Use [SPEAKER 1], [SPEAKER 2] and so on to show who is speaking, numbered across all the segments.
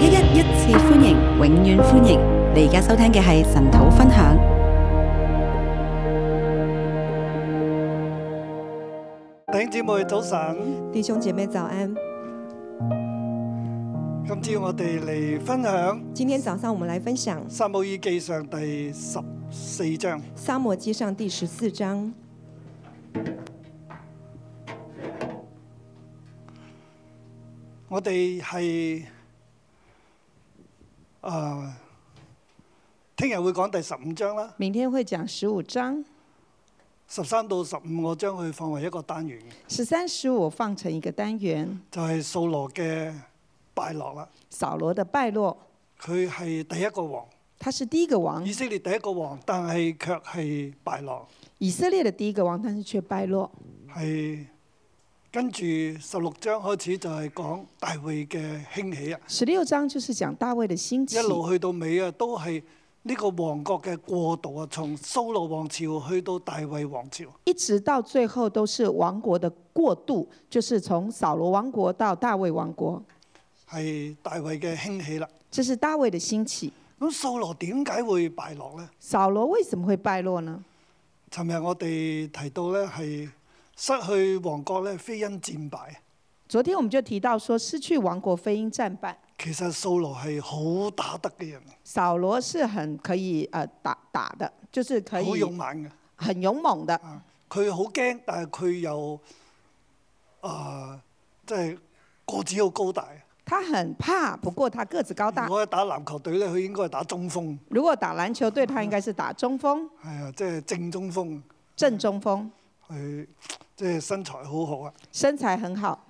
[SPEAKER 1] 一一一次歡迎，永遠歡迎！你而家收聽嘅係神土分享。
[SPEAKER 2] 弟兄姊妹早晨，
[SPEAKER 3] 弟兄姐妹早安，
[SPEAKER 2] 今朝我哋嚟分享《
[SPEAKER 3] 今天早上我们来分享《
[SPEAKER 2] 撒母耳記上》第十四章。
[SPEAKER 3] 沙漠记上》第十四章。
[SPEAKER 2] 我哋係啊，聽日會講第十五章啦，
[SPEAKER 4] 明天会讲十五章，
[SPEAKER 2] 十三到十五我將佢放為一個單元，
[SPEAKER 4] 十三、十五放成一个单元。
[SPEAKER 2] 就係掃羅嘅敗落啦。
[SPEAKER 4] 扫罗的败落，
[SPEAKER 2] 佢係第一個王，
[SPEAKER 4] 他是第一个王
[SPEAKER 2] 以，色列第一個王，但係卻係敗落，
[SPEAKER 4] 以色列的第一个王，但是却败落。
[SPEAKER 2] 係跟住十六章開始就係講大衛嘅興起啊。
[SPEAKER 4] 十六章就是讲大卫的兴起
[SPEAKER 2] 一，路去到尾啊，都係呢個王國嘅過渡啊，從蘇羅王朝去到大衛王朝，
[SPEAKER 4] 一直到最后都是王国的过渡，就是从扫罗王国到大卫王国，
[SPEAKER 2] 係大衛嘅興起啦。
[SPEAKER 4] 这是大卫的兴起。
[SPEAKER 2] 咁掃羅點解會敗落呢？
[SPEAKER 4] 扫罗为什么会败落呢？
[SPEAKER 2] 尋日我哋提到呢，係失去王國呢，非因戰敗。
[SPEAKER 4] 昨天我们就提到说，失去王国非因战败，
[SPEAKER 2] 其實掃羅係好打得嘅人，
[SPEAKER 4] 扫罗是很可以呃打打的，就是可
[SPEAKER 2] 好
[SPEAKER 4] 以
[SPEAKER 2] 勇猛嘅。
[SPEAKER 4] 很勇猛的。
[SPEAKER 2] 佢好驚，但係佢又啊、即係個子好高大。
[SPEAKER 4] 他很怕，不过他个子高大
[SPEAKER 2] 如。果係打籃球隊呢，佢應該係打中鋒，
[SPEAKER 4] 如果打篮球队，他应该是打中锋、
[SPEAKER 2] 係啊，即係正中鋒。
[SPEAKER 4] 正中锋，
[SPEAKER 2] 佢即係身材好好啊！
[SPEAKER 4] 身材很好。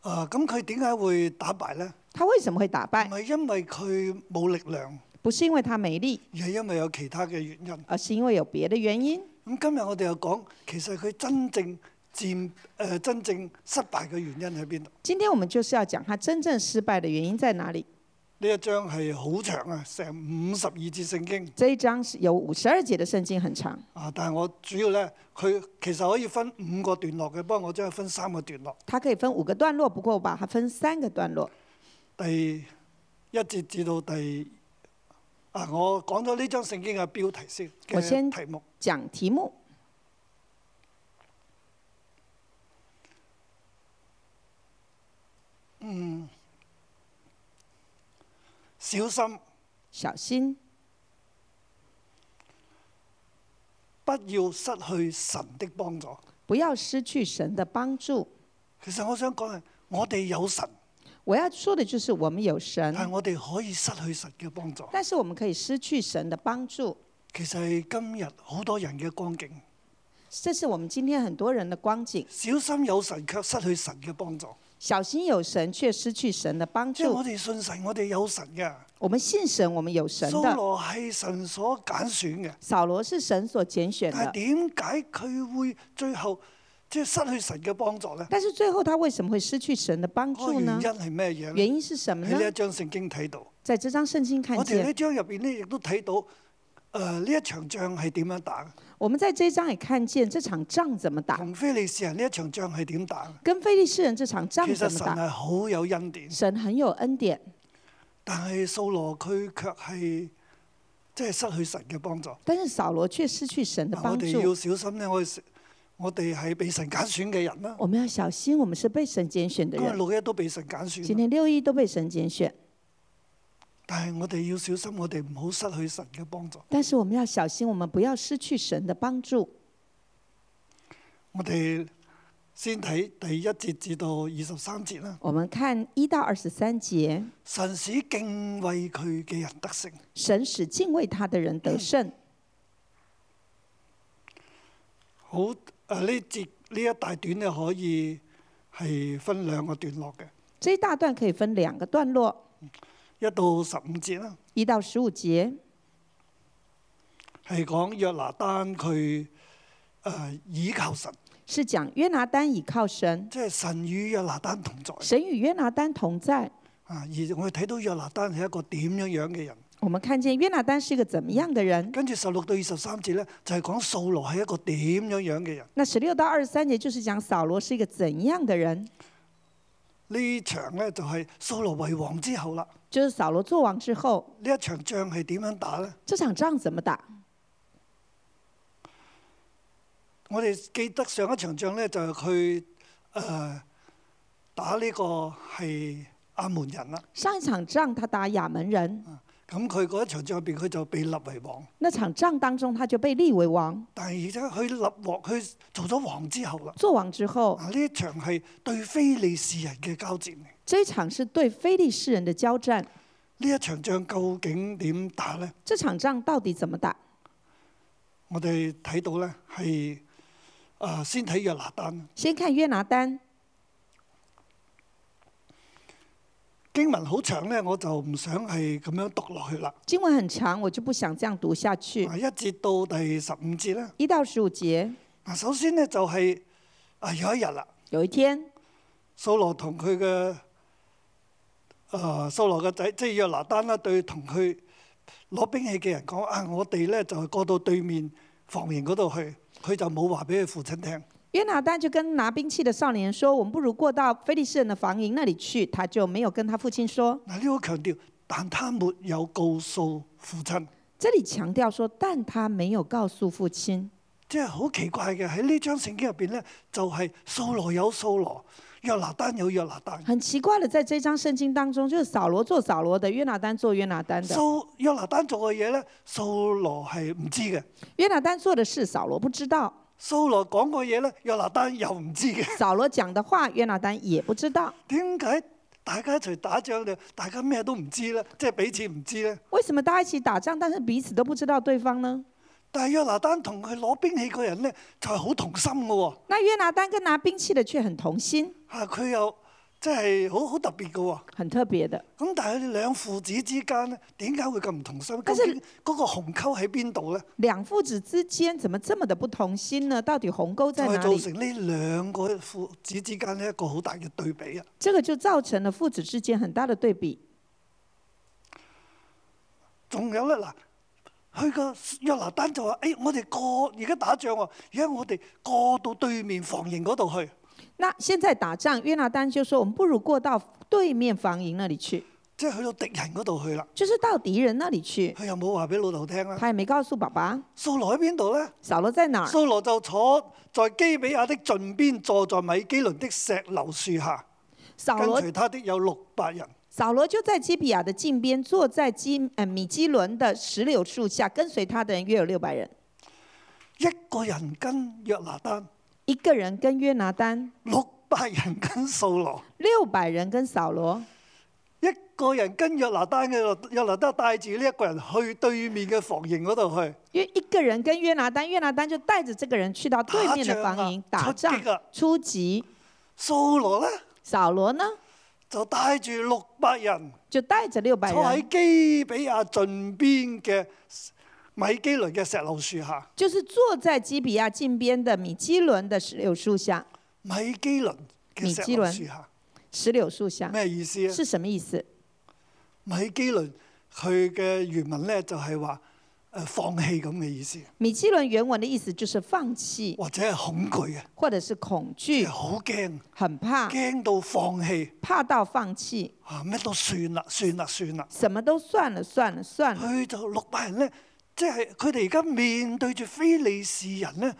[SPEAKER 2] 啊，咁佢點解會打敗呢？
[SPEAKER 4] 他为什么会打
[SPEAKER 2] 唔
[SPEAKER 4] 败？
[SPEAKER 2] 係因為佢冇力量，
[SPEAKER 4] 不是因为他美丽，
[SPEAKER 2] 而係因為有其他嘅原因。
[SPEAKER 4] 而是因为有别的原因。
[SPEAKER 2] 咁今日我哋又講，其實佢真正戰誒、呃真正失敗嘅原因喺邊度？
[SPEAKER 4] 今天我们就是要讲他真正失败的原因在哪里。
[SPEAKER 2] 呢一章係好長啊，成五十二節聖經
[SPEAKER 4] 这一章是有五十二节的圣经，很长。
[SPEAKER 2] 啊，但係我主要呢，佢其實可以分五個段落嘅，不過我將佢分三個段落。
[SPEAKER 4] 它可以分五个段落，不过我把它分三个段落。
[SPEAKER 2] 第一節至到第啊，我講咗呢章聖經嘅標題先
[SPEAKER 4] 我先
[SPEAKER 2] 嘅題目。
[SPEAKER 4] 讲题目：
[SPEAKER 2] 小心
[SPEAKER 4] 小心，
[SPEAKER 2] 不要失去神的幫助。
[SPEAKER 4] 不要失去神的帮助。
[SPEAKER 2] 其實我想講係，我哋有神，
[SPEAKER 4] 我要说的就是，我们有神
[SPEAKER 2] 但，係我哋可以失去神嘅幫助。
[SPEAKER 4] 但是我们可以失去神的帮助。
[SPEAKER 2] 其實係今日好多人嘅光景，
[SPEAKER 4] 这是我们今天很多人的光景。
[SPEAKER 2] 小心有神卻失去神嘅幫助。
[SPEAKER 4] 小心有神，却失去神的帮
[SPEAKER 2] 即係我
[SPEAKER 4] 助。
[SPEAKER 2] 哋信神，我哋有神嘅。
[SPEAKER 4] 我们信神，我们有神
[SPEAKER 2] 蘇
[SPEAKER 4] 的。
[SPEAKER 2] 羅係神所揀選嘅，
[SPEAKER 4] 扫罗是神所拣选
[SPEAKER 2] 但係
[SPEAKER 4] 的，
[SPEAKER 2] 點解佢會最後即係失去神嘅幫助呢？
[SPEAKER 4] 但是最后他为什么会失去神的帮
[SPEAKER 2] 嗰個原
[SPEAKER 4] 助
[SPEAKER 2] 因
[SPEAKER 4] 呢？
[SPEAKER 2] 係咩嘢
[SPEAKER 4] 原
[SPEAKER 2] 呢？
[SPEAKER 4] 因是什么
[SPEAKER 2] 喺呢一
[SPEAKER 4] 呢？
[SPEAKER 2] 章聖經睇到，
[SPEAKER 4] 在这张圣经看
[SPEAKER 2] 我哋呢
[SPEAKER 4] 见，
[SPEAKER 2] 章入邊呢亦都睇到，誒、呃呢一場仗係點樣打嘅，
[SPEAKER 4] 我们在这一章也看见这场仗怎么打，
[SPEAKER 2] 同非利士人呢一場仗係點打嘅。
[SPEAKER 4] 跟非利士人这场仗
[SPEAKER 2] 其實
[SPEAKER 4] 怎么
[SPEAKER 2] 神啊
[SPEAKER 4] 打。
[SPEAKER 2] 係好有恩典，
[SPEAKER 4] 神很有恩典，
[SPEAKER 2] 但係掃羅佢卻係即係失去神嘅幫助。
[SPEAKER 4] 但是扫罗却失去神的
[SPEAKER 2] 啊嗱我
[SPEAKER 4] 帮
[SPEAKER 2] 哋要
[SPEAKER 4] 助。
[SPEAKER 2] 小心咧，我哋我哋係被神揀選嘅人啦。
[SPEAKER 4] 我们要小心，我们是被神拣选的
[SPEAKER 2] 今日
[SPEAKER 4] 人。
[SPEAKER 2] 六一都被神揀選
[SPEAKER 4] 今
[SPEAKER 2] 啦，
[SPEAKER 4] 天六一都被神拣选，
[SPEAKER 2] 但係我哋要小心，我哋唔好失去神嘅幫助。
[SPEAKER 4] 但是我们要小心，我们不要失去神的帮助。
[SPEAKER 2] 我哋先睇第一節至到二十三節啦。
[SPEAKER 4] 我们看一到二十三节，
[SPEAKER 2] 神使敬畏佢嘅人得勝。
[SPEAKER 4] 神使敬畏他的人得胜。
[SPEAKER 2] 好誒，呃呢節呢一大段咧可以係分兩個段落嘅，
[SPEAKER 4] 这一大段可以分两个段落，
[SPEAKER 2] 一到十五節啦。
[SPEAKER 4] 一到十五节
[SPEAKER 2] 係講約拿單佢誒、呃倚靠神，
[SPEAKER 4] 是讲约拿丹倚靠神，
[SPEAKER 2] 即係神與約拿單同在
[SPEAKER 4] 神与约拿丹同在。
[SPEAKER 2] 啊！而我哋睇到約拿單係一個點樣樣嘅人，
[SPEAKER 4] 我们看见约拿丹是一个怎么样的人？
[SPEAKER 2] 跟住十六到二十三節咧就係講掃羅係一個點樣樣嘅人。
[SPEAKER 4] 那十六到二十三节就是讲扫罗是一个怎样的人？
[SPEAKER 2] 呢場咧就係掃羅為王之後啦。
[SPEAKER 4] 就是扫罗做王之后，
[SPEAKER 2] 呢一場仗係點樣打呢？
[SPEAKER 4] 这场仗怎么打？
[SPEAKER 2] 我哋記得上一場仗咧就係佢誒打呢個係亞門人啦。
[SPEAKER 4] 上一场仗他打亚门人，
[SPEAKER 2] 咁佢嗰一場仗入邊佢就被立為王，
[SPEAKER 4] 那场仗当中他就被立为王。
[SPEAKER 2] 但係而家佢立王，佢做咗王之後啦。啊
[SPEAKER 4] 做王之后，
[SPEAKER 2] 嗱，呢一場係對非利士人嘅交戰嚟。
[SPEAKER 4] 这一场是对非利士人的交战。
[SPEAKER 2] 呢一場仗究竟點打呢？
[SPEAKER 4] 这场仗到底怎么打？
[SPEAKER 2] 我哋睇到呢係啊，先睇約拿單
[SPEAKER 4] 先看约拿丹
[SPEAKER 2] 經文好長呢，我就唔想係咁樣讀落去啦。
[SPEAKER 4] 经文很长，我就不想这样读下去。
[SPEAKER 2] 啊，一節到第十五節呢，
[SPEAKER 4] 一到十五节，
[SPEAKER 2] 嗱，首先呢就係、啊有一日啦，
[SPEAKER 4] 有一天，
[SPEAKER 2] 掃羅同佢嘅誒掃羅嘅仔，即係約拿單啦，對同佢攞兵器嘅人講啊，我哋呢就過到對面防營嗰度去，佢就冇話俾佢父親聽。
[SPEAKER 4] 约拿丹就跟拿兵器的少年说：“我们不如过到非利士人的防营那里去。”他就没有跟他父亲说。
[SPEAKER 2] 嗱，呢個強調，但他沒有告訴父親。
[SPEAKER 4] 这里强调说，但他没有告诉父亲。
[SPEAKER 2] 即係好奇怪嘅，喺呢張聖經入邊咧，就係、掃羅有掃羅，約拿單有約拿單。
[SPEAKER 4] 很奇怪的，在这张圣经当中，就是扫罗做扫罗的，约拿丹做约拿丹的。
[SPEAKER 2] 掃約拿單做嘅嘢咧，掃羅係唔知嘅；
[SPEAKER 4] 约拿丹做的事，扫罗不知道；
[SPEAKER 2] 掃羅講嘅嘢咧，約拿單又唔知嘅。
[SPEAKER 4] 扫罗講的话，约拿丹也不知道。
[SPEAKER 2] 點解大家一齊打仗嘅，大家咩都唔知咧？即係彼此唔知咧。
[SPEAKER 4] 为什么大家一起打仗，但是彼此都不知道对方呢？
[SPEAKER 2] 但係約拿單同佢攞兵器嗰人咧，就係、好同心嘅喎、
[SPEAKER 4] 那约拿丹跟拿兵器的却很同心，
[SPEAKER 2] 啊佢又即係好好特別嘅喎、
[SPEAKER 4] 很特别的。
[SPEAKER 2] 咁但係佢哋兩父子之間咧，點解會咁唔同心？究
[SPEAKER 4] 但是
[SPEAKER 2] 竟嗰個鴻溝喺邊度咧？
[SPEAKER 4] 两父子之间怎么这么的不同心呢？到底鸿沟
[SPEAKER 2] 就
[SPEAKER 4] 在
[SPEAKER 2] 係
[SPEAKER 4] 哪
[SPEAKER 2] 造
[SPEAKER 4] 里？
[SPEAKER 2] 成呢兩個父子之間呢一個好大嘅對比啊！
[SPEAKER 4] 这个就造成了父子之间很大的对比。
[SPEAKER 2] 仲有咧嗱，佢個約拿單就話：，誒、哎我哋過而家打仗喎，而家我哋過到對面防營嗰度去，
[SPEAKER 4] 那现在打仗，约拿丹就说：“我们不如过到对面防营那里去，
[SPEAKER 2] 即係去到敵人嗰度去啦。
[SPEAKER 4] 就是到敌人那里去。
[SPEAKER 2] 佢又哎冇話俾老豆聽”啦。
[SPEAKER 4] 他也没告诉爸爸
[SPEAKER 2] 掃羅喺邊度咧？
[SPEAKER 4] 扫罗在哪儿。
[SPEAKER 2] 掃羅就坐在基比亞的盡邊，坐在米基倫的石榴樹下，
[SPEAKER 4] 扫
[SPEAKER 2] 跟
[SPEAKER 4] 罗
[SPEAKER 2] 隨他的有六百人。
[SPEAKER 4] 扫罗就在基比亚的近边，坐在基呃米基伦的石榴树下，跟随他的人约有六百人，
[SPEAKER 2] 一個人跟約拿單，
[SPEAKER 4] 一个人跟约拿丹，
[SPEAKER 2] 六百人跟掃羅。
[SPEAKER 4] 六百人跟扫罗。
[SPEAKER 2] 一個人跟約拿單嘅約拿單帶住呢一個人去對面嘅防營嗰度去
[SPEAKER 4] 因为一个人跟约拿丹，约拿丹就带着这个人去到对面的防营
[SPEAKER 2] 打
[SPEAKER 4] 打
[SPEAKER 2] 仗啊
[SPEAKER 4] 仗
[SPEAKER 2] 出击啊
[SPEAKER 4] 出击。
[SPEAKER 2] 掃羅咧
[SPEAKER 4] 扫罗呢，
[SPEAKER 2] 就帶住六百人
[SPEAKER 4] 就带着六百
[SPEAKER 2] 坐喺
[SPEAKER 4] 人，
[SPEAKER 2] 基比亞盡邊嘅米基倫嘅石榴樹下。
[SPEAKER 4] 就是坐在基比亚近边的米基伦的石榴树下。
[SPEAKER 2] 米基倫嘅石榴樹下
[SPEAKER 4] 石榴树下
[SPEAKER 2] 咩意思啊？
[SPEAKER 4] 是什么意思？
[SPEAKER 2] 米基倫佢嘅原文咧就係話誒放棄咁嘅意思，
[SPEAKER 4] 米基伦原文的意思就是放弃
[SPEAKER 2] 或者係恐懼啊，
[SPEAKER 4] 或者是恐
[SPEAKER 2] 即
[SPEAKER 4] 惧
[SPEAKER 2] 係，好驚，
[SPEAKER 4] 很怕，
[SPEAKER 2] 驚到放棄
[SPEAKER 4] 怕到放弃，
[SPEAKER 2] 啊，咩都算啦，算啦，算啦。
[SPEAKER 4] 什么都算了，算了，算了。
[SPEAKER 2] 佢就六百人咧，即係佢哋而家面對住非利士人咧，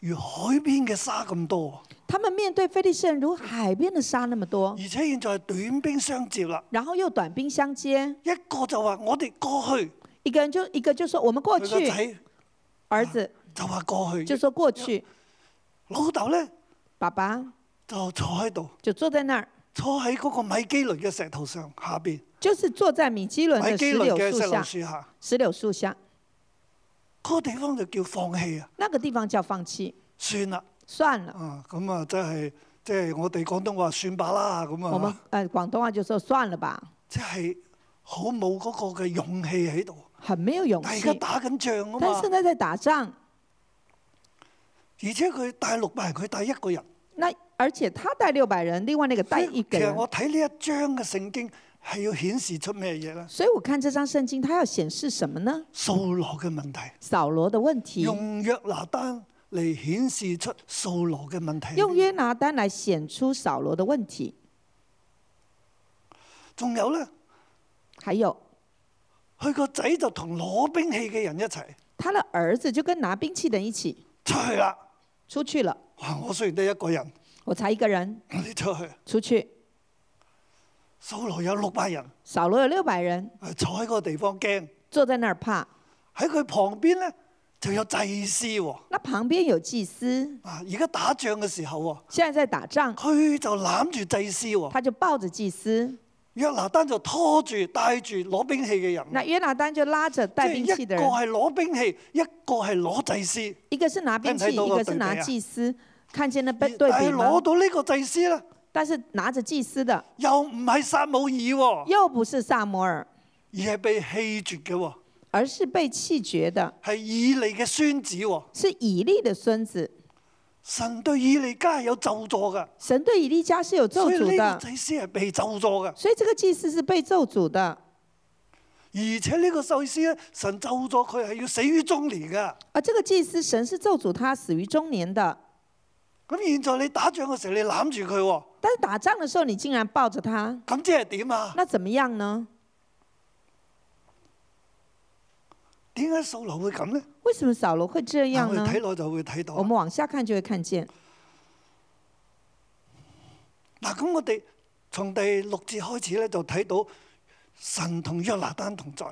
[SPEAKER 2] 如海邊嘅沙咁多，
[SPEAKER 4] 他们面对非利士人如海边的沙那么多
[SPEAKER 2] 而，且現在係短兵相接啦。
[SPEAKER 4] 然后又短兵相接，
[SPEAKER 2] 一個就話我哋過去，
[SPEAKER 4] 一个人就一个就说我们过
[SPEAKER 2] 佢個
[SPEAKER 4] 去，
[SPEAKER 2] 仔
[SPEAKER 4] 儿子
[SPEAKER 2] 就話過去，
[SPEAKER 4] 就说过去，
[SPEAKER 2] 老豆咧
[SPEAKER 4] 爸爸
[SPEAKER 2] 就坐喺度，
[SPEAKER 4] 就坐在那儿，
[SPEAKER 2] 坐喺嗰個米基倫嘅石頭上下邊，
[SPEAKER 4] 就是坐在米基伦
[SPEAKER 2] 米
[SPEAKER 4] 的
[SPEAKER 2] 基
[SPEAKER 4] 石
[SPEAKER 2] 倫
[SPEAKER 4] 榴
[SPEAKER 2] 嘅
[SPEAKER 4] 树
[SPEAKER 2] 石榴
[SPEAKER 4] 下，
[SPEAKER 2] 樹下，
[SPEAKER 4] 石榴树下
[SPEAKER 2] 嗰、個地方就叫放棄啊，
[SPEAKER 4] 那个地方叫放弃，
[SPEAKER 2] 算啦
[SPEAKER 4] 算了。
[SPEAKER 2] 啊，咁啊真係即係我哋廣東話算吧啦咁
[SPEAKER 4] 我们
[SPEAKER 2] 啊，
[SPEAKER 4] 呃广东话就说算了吧，
[SPEAKER 2] 即係好冇嗰個嘅勇氣喺度。
[SPEAKER 4] 很没有勇
[SPEAKER 2] 但係而家
[SPEAKER 4] 气。
[SPEAKER 2] 打緊仗啊
[SPEAKER 4] 但
[SPEAKER 2] 嘛
[SPEAKER 4] 是，现在在打仗，
[SPEAKER 2] 而且佢帶六百人，佢帶一個人。
[SPEAKER 4] 那而且他带六百人，另外那个带
[SPEAKER 2] 所以
[SPEAKER 4] 一
[SPEAKER 2] 其
[SPEAKER 4] 个
[SPEAKER 2] 實
[SPEAKER 4] 人。
[SPEAKER 2] 我睇呢一章嘅聖經係要顯示出咩嘢咧？
[SPEAKER 4] 所以我看这张圣经，它要显示什么呢？
[SPEAKER 2] 掃羅嘅問題，
[SPEAKER 4] 扫罗的问题，
[SPEAKER 2] 用約拿單嚟顯示出掃羅嘅問題。
[SPEAKER 4] 用约拿单来显出扫罗的问题。
[SPEAKER 2] 仲有咧，
[SPEAKER 4] 还有
[SPEAKER 2] 佢個仔就同攞兵器嘅人一齊
[SPEAKER 4] 他的儿子就跟拿兵器的人一起
[SPEAKER 2] 出去啦。
[SPEAKER 4] 出去了。
[SPEAKER 2] 哇！我雖然得一個人，
[SPEAKER 4] 我才一个人
[SPEAKER 2] 我哋出去，
[SPEAKER 4] 出去，
[SPEAKER 2] 掃羅有六百人，
[SPEAKER 4] 扫罗有六百人
[SPEAKER 2] 佢坐喺嗰個地方驚。
[SPEAKER 4] 坐在那儿怕。
[SPEAKER 2] 喺佢旁邊咧就有祭司喎。
[SPEAKER 4] 那旁边有祭司，
[SPEAKER 2] 啊，而家打仗嘅時候喎，
[SPEAKER 4] 现在在打仗，
[SPEAKER 2] 佢就攬住祭司喎。
[SPEAKER 4] 他就抱着祭司。
[SPEAKER 2] 約拿單就拖住帶住攞兵器嘅人，
[SPEAKER 4] 那约拿丹就拉着带兵
[SPEAKER 2] 即係
[SPEAKER 4] 器
[SPEAKER 2] 一
[SPEAKER 4] 的
[SPEAKER 2] 個
[SPEAKER 4] 人，
[SPEAKER 2] 係攞兵器，一個係攞祭司。
[SPEAKER 4] 一个是拿兵器，
[SPEAKER 2] 看起来都
[SPEAKER 4] 一个
[SPEAKER 2] 有
[SPEAKER 4] 是
[SPEAKER 2] 对
[SPEAKER 4] 拿
[SPEAKER 2] 比啊哎
[SPEAKER 4] 祭司。看见那
[SPEAKER 2] 但
[SPEAKER 4] 对对比
[SPEAKER 2] 係
[SPEAKER 4] 吗
[SPEAKER 2] 攞？到呢個祭司咧，
[SPEAKER 4] 但是拿着祭司的
[SPEAKER 2] 又唔係撒姆耳喎，
[SPEAKER 4] 又不是萨摩尔，
[SPEAKER 2] 而係被棄絕嘅喎，
[SPEAKER 4] 而是被弃绝的，
[SPEAKER 2] 係以利嘅孫子喎。
[SPEAKER 4] 是以利的孙子。
[SPEAKER 2] 神對以利家係有咒詛噶，
[SPEAKER 4] 神对以利家是有咒
[SPEAKER 2] 所以
[SPEAKER 4] 诅
[SPEAKER 2] 呢個
[SPEAKER 4] 的，
[SPEAKER 2] 祭司係被咒詛噶。
[SPEAKER 4] 所以这个祭司是被咒诅的，
[SPEAKER 2] 而且呢個祭司咧，神咒咗佢係要死於中年噶。
[SPEAKER 4] 而这个祭司神是咒诅他死于中年的。
[SPEAKER 2] 咁現在你打仗嘅時候，你攬住佢喎，
[SPEAKER 4] 但是打仗的时候，你竟然抱着他，
[SPEAKER 2] 咁即係點啊？
[SPEAKER 4] 那怎么样呢？
[SPEAKER 2] 點解掃羅會咁呢？
[SPEAKER 4] 为什么扫罗会这
[SPEAKER 2] 嗱
[SPEAKER 4] 样
[SPEAKER 2] 我哋
[SPEAKER 4] 呢？
[SPEAKER 2] 睇落就會睇到
[SPEAKER 4] 我
[SPEAKER 2] 啦。
[SPEAKER 4] 们往下看就会看见。
[SPEAKER 2] 嗱，咁我哋從第六節開始咧，就睇到神同約拿單同在，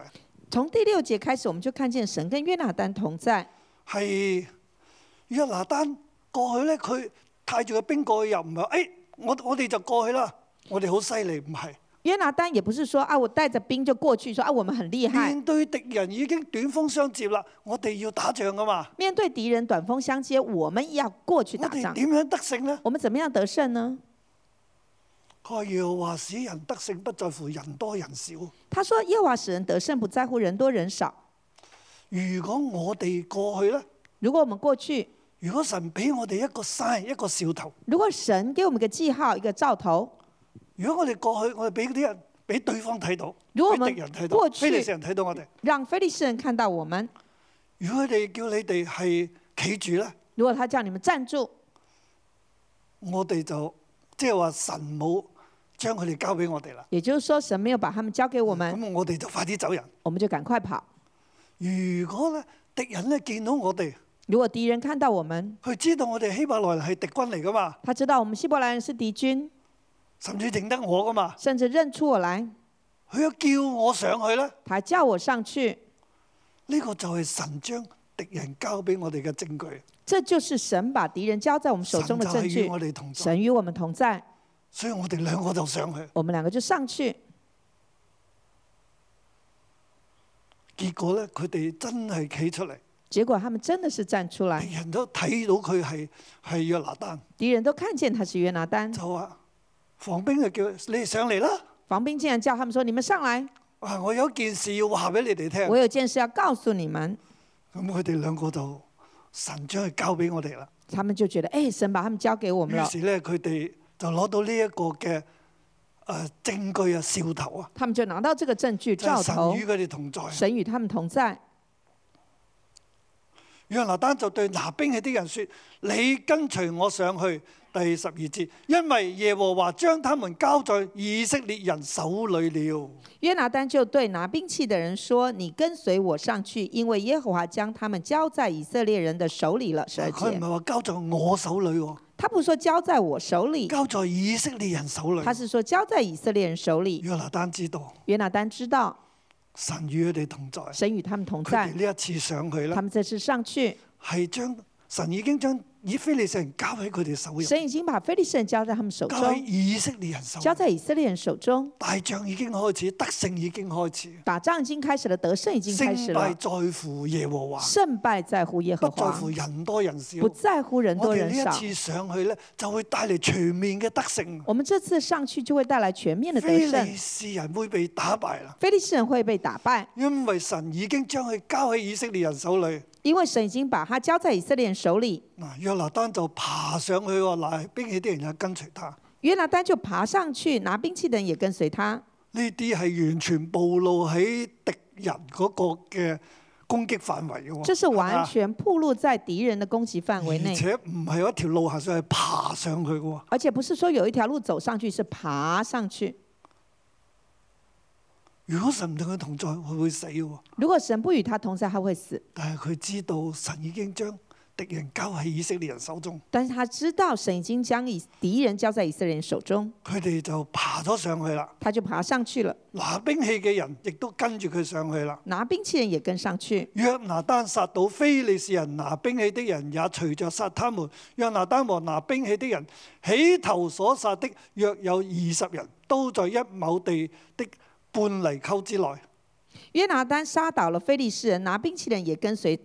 [SPEAKER 4] 从第六节开始，我们就看见神跟约拿丹同在。
[SPEAKER 2] 係約拿單過去咧，佢帶住個兵過去又唔係，誒、我我哋就過去啦，我哋好犀利，唔係。
[SPEAKER 4] 约拿丹也不是说啊，我带着兵就过去，说啊，我们很厉害。
[SPEAKER 2] 面對敵人已經短風相接啦，我哋要打仗噶嘛，
[SPEAKER 4] 面对敌人短锋相接，我们要过去
[SPEAKER 2] 我
[SPEAKER 4] 打
[SPEAKER 2] 哋
[SPEAKER 4] 仗。
[SPEAKER 2] 點樣得勝呢？
[SPEAKER 4] 我们怎么样得胜呢？
[SPEAKER 2] 佢話耶和華使人得勝，不在乎人多人少。
[SPEAKER 4] 他说：“耶和华使人得胜，不在乎人多人少。
[SPEAKER 2] 如果我哋過去呢，
[SPEAKER 4] 如果我们过去，
[SPEAKER 2] 如果神俾我哋一個 sign 一個兆頭，
[SPEAKER 4] 如果神给我们一个记号、一个兆头，
[SPEAKER 2] 如果我哋過去，我哋俾啲人俾對方睇到，
[SPEAKER 4] 如果我
[SPEAKER 2] 俾
[SPEAKER 4] 們
[SPEAKER 2] 敵人睇到
[SPEAKER 4] 過，去
[SPEAKER 2] 非利士人睇到我哋。
[SPEAKER 4] 让非利士人看到我们，
[SPEAKER 2] 如果佢哋叫你哋係企住呢，
[SPEAKER 4] 如果他叫你们站住，
[SPEAKER 2] 我哋就即係話神冇將佢哋交俾我哋啦。
[SPEAKER 4] 也就是说神没有把他们交给我们，
[SPEAKER 2] 咁我哋就快啲走人。
[SPEAKER 4] 我们就赶快跑。
[SPEAKER 2] 如果咧敵人咧見到我哋，
[SPEAKER 4] 如果敵人看到我们，
[SPEAKER 2] 佢知道我哋希伯來人係敵軍嚟噶嘛，
[SPEAKER 4] 他知道我们希伯来人是敌军，
[SPEAKER 2] 甚至認得我噶嘛，
[SPEAKER 4] 甚至认出我来，
[SPEAKER 2] 佢一叫我上去呢，
[SPEAKER 4] 他叫我上去，
[SPEAKER 2] 呢、個就係神將敵人交俾我哋嘅證據。
[SPEAKER 4] 这就是神把敵人交在我们手
[SPEAKER 2] 神就
[SPEAKER 4] 中的证
[SPEAKER 2] 係與
[SPEAKER 4] 据
[SPEAKER 2] 我。哋同在，
[SPEAKER 4] 神与我们同在，
[SPEAKER 2] 所以我哋兩個就上去。
[SPEAKER 4] 我们两个就上去。
[SPEAKER 2] 結果呢，佢哋真係企出嚟，
[SPEAKER 4] 结果他们真的是站出来，
[SPEAKER 2] 敵人都睇到佢係係約拿單，
[SPEAKER 4] 敌人都看见他是约拿丹，
[SPEAKER 2] 就話防兵就叫你哋上嚟啦。
[SPEAKER 4] 防兵竟然叫他们说：“你们上来，
[SPEAKER 2] 啊，我有一件事要話俾你哋聽。
[SPEAKER 4] 我有件事要告诉你们。”
[SPEAKER 2] 咁佢哋兩個就神將佢交俾我哋啦。
[SPEAKER 4] 他们就觉得，哎、神把他们交给我们
[SPEAKER 2] 於
[SPEAKER 4] 了，
[SPEAKER 2] 是咧，佢哋就攞到呢一個嘅誒證據啊、兆頭啊，
[SPEAKER 4] 他们就拿到这个证据
[SPEAKER 2] 就係
[SPEAKER 4] 兆头
[SPEAKER 2] 神，與佢哋同在。
[SPEAKER 4] 神与他们同在。
[SPEAKER 2] 約拿單就對拿兵器啲人說：你跟隨我上去。第十二節，因為耶和華將他們交在以色列人手裏了。
[SPEAKER 4] 约拿丹就对拿兵器的人说：“你跟随我上去，因为耶和华将他们交在以色列人的手里了。”十二
[SPEAKER 2] 佢唔
[SPEAKER 4] 节，
[SPEAKER 2] 係話交在我手裏喎，
[SPEAKER 4] 他不是说交在我手里，
[SPEAKER 2] 交在以色列人手裏。
[SPEAKER 4] 他是说交在以色列人手里。
[SPEAKER 2] 約拿單知道
[SPEAKER 4] 约拿丹知道
[SPEAKER 2] 神與佢哋同在，
[SPEAKER 4] 神与他们同
[SPEAKER 2] 佢
[SPEAKER 4] 在
[SPEAKER 2] 哋，呢一次上去
[SPEAKER 4] 他
[SPEAKER 2] 啦，
[SPEAKER 4] 们这次上去，
[SPEAKER 2] 係將神已經將以非利士人交喺佢哋手入，
[SPEAKER 4] 神已经把非利士人交在他们手
[SPEAKER 2] 交喺
[SPEAKER 4] 中，
[SPEAKER 2] 以色列人手裏
[SPEAKER 4] 交。在以色列人手中。
[SPEAKER 2] 大仗已經開始，得勝已經開始，
[SPEAKER 4] 打仗已经开始了，得胜已经开始
[SPEAKER 2] 勝
[SPEAKER 4] 了
[SPEAKER 2] 敗，在乎耶和華，
[SPEAKER 4] 胜败在乎耶和
[SPEAKER 2] 不在
[SPEAKER 4] 华
[SPEAKER 2] 乎。人多人少。
[SPEAKER 4] 不在乎人
[SPEAKER 2] 我
[SPEAKER 4] 多
[SPEAKER 2] 哋
[SPEAKER 4] 人
[SPEAKER 2] 呢。
[SPEAKER 4] 少
[SPEAKER 2] 一次上去咧，就會帶嚟全面嘅得勝。
[SPEAKER 4] 我们这次上去就会带来全面的得
[SPEAKER 2] 非利
[SPEAKER 4] 胜，
[SPEAKER 2] 士人會被打敗啦，
[SPEAKER 4] 非利士人会被打败，
[SPEAKER 2] 因為神已經將佢交喺以色列人手裏。
[SPEAKER 4] 因为神已经把他交在以色列人手里。
[SPEAKER 2] 嗱，約拿單就爬上去喎，嗱，兵器啲人就跟隨他。
[SPEAKER 4] 约拿丹就爬上去，拿兵器的人也跟随他。
[SPEAKER 2] 呢啲係完全暴露喺敵人嗰個嘅攻擊範圍嘅喎。
[SPEAKER 4] 这是
[SPEAKER 2] 係
[SPEAKER 4] 完
[SPEAKER 2] 嘛
[SPEAKER 4] 全暴露在敌人的攻击范围
[SPEAKER 2] 而
[SPEAKER 4] 内，
[SPEAKER 2] 且唔係有一條路行上去，係爬上去嘅喎。
[SPEAKER 4] 而且不是说有一条路走上去，是爬上去。
[SPEAKER 2] 如果神唔同佢同在，佢會死喎。
[SPEAKER 4] 如果神不与他同在，他会死。
[SPEAKER 2] 但係佢知道神已經將敵人交喺以色列人手中，
[SPEAKER 4] 但是他知道神已经将以敌人交在以色列人手中，
[SPEAKER 2] 佢哋就爬咗上去啦。
[SPEAKER 4] 他就爬上去了。
[SPEAKER 2] 拿兵器嘅人亦都跟住佢上去啦。
[SPEAKER 4] 拿兵器人也跟上去。
[SPEAKER 2] 約拿單殺到非利士人拿兵器的人，也隨着殺他們。約拿單和拿兵器的人起頭所殺的約有二十人，都在一畝地的半泥溝之內。
[SPEAKER 4] 约拿丹杀倒了非利士人，拿兵器的人也跟随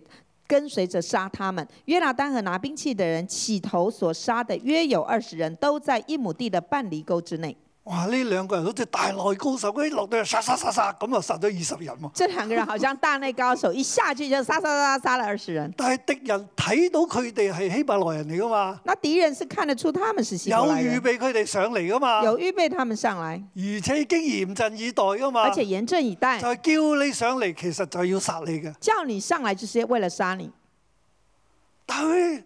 [SPEAKER 4] 跟随着杀他们。约拿丹和拿兵器的人起头所杀的约有二十人，都在一亩地的半犁沟之内。
[SPEAKER 2] 哇！呢兩個人好似大內高手，一落到去殺殺殺殺咁啊，殺咗二十人喎。
[SPEAKER 4] 这两个人好像大内高手，一下去就杀杀杀杀了二十人。
[SPEAKER 2] 但係敵人睇到佢哋係希伯來人嚟噶嘛，
[SPEAKER 4] 那敌人是看得出他们是希
[SPEAKER 2] 有啊
[SPEAKER 4] 伯来
[SPEAKER 2] 預
[SPEAKER 4] 人，
[SPEAKER 2] 備佢哋上嚟噶嘛，
[SPEAKER 4] 有预备他们上来，
[SPEAKER 2] 而且已經嚴陣以待噶嘛，
[SPEAKER 4] 而
[SPEAKER 2] 就
[SPEAKER 4] 且嚴阵以待，
[SPEAKER 2] 係叫你上嚟，其實就要殺你嘅。
[SPEAKER 4] 叫你上来就是为了杀你。
[SPEAKER 2] 但係佢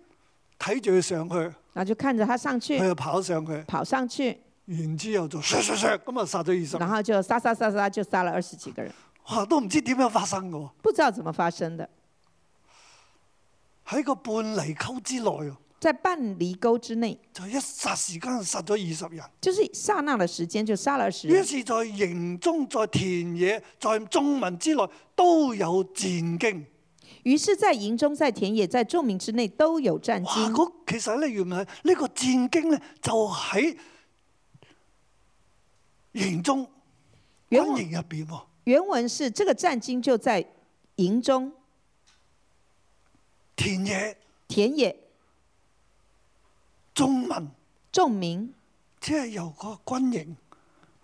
[SPEAKER 2] 睇住佢上去，
[SPEAKER 4] 那就看着他上去
[SPEAKER 2] 佢，就跑上去，
[SPEAKER 4] 跑上去，
[SPEAKER 2] 然之後就唰唰唰咁啊殺咗二十
[SPEAKER 4] 然
[SPEAKER 2] 人，
[SPEAKER 4] 后就杀杀杀杀，就杀了二十几个人，
[SPEAKER 2] 哇都唔知點樣發生嘅喎，
[SPEAKER 4] 不知道怎么发生的，
[SPEAKER 2] 喺個半泥溝之內喎，
[SPEAKER 4] 在半犁沟之内。
[SPEAKER 2] 就一霎時間殺咗二十人。
[SPEAKER 4] 就是刹那的时间就杀了二十
[SPEAKER 2] 於
[SPEAKER 4] 人，
[SPEAKER 2] 是，在營中、在田野、在眾民之內都有戰經。
[SPEAKER 4] 于是，在营中、在田野、在众民之内都有战
[SPEAKER 2] 哇！
[SPEAKER 4] 惊。
[SPEAKER 2] 嗰其實咧，原來呢個戰經咧，就喺營中軍
[SPEAKER 4] 原文
[SPEAKER 2] 營入邊喎。
[SPEAKER 4] 原文是这个战惊就在营中、
[SPEAKER 2] 田野
[SPEAKER 4] 田野、
[SPEAKER 2] 眾民，
[SPEAKER 4] 众民，
[SPEAKER 2] 即係由個軍營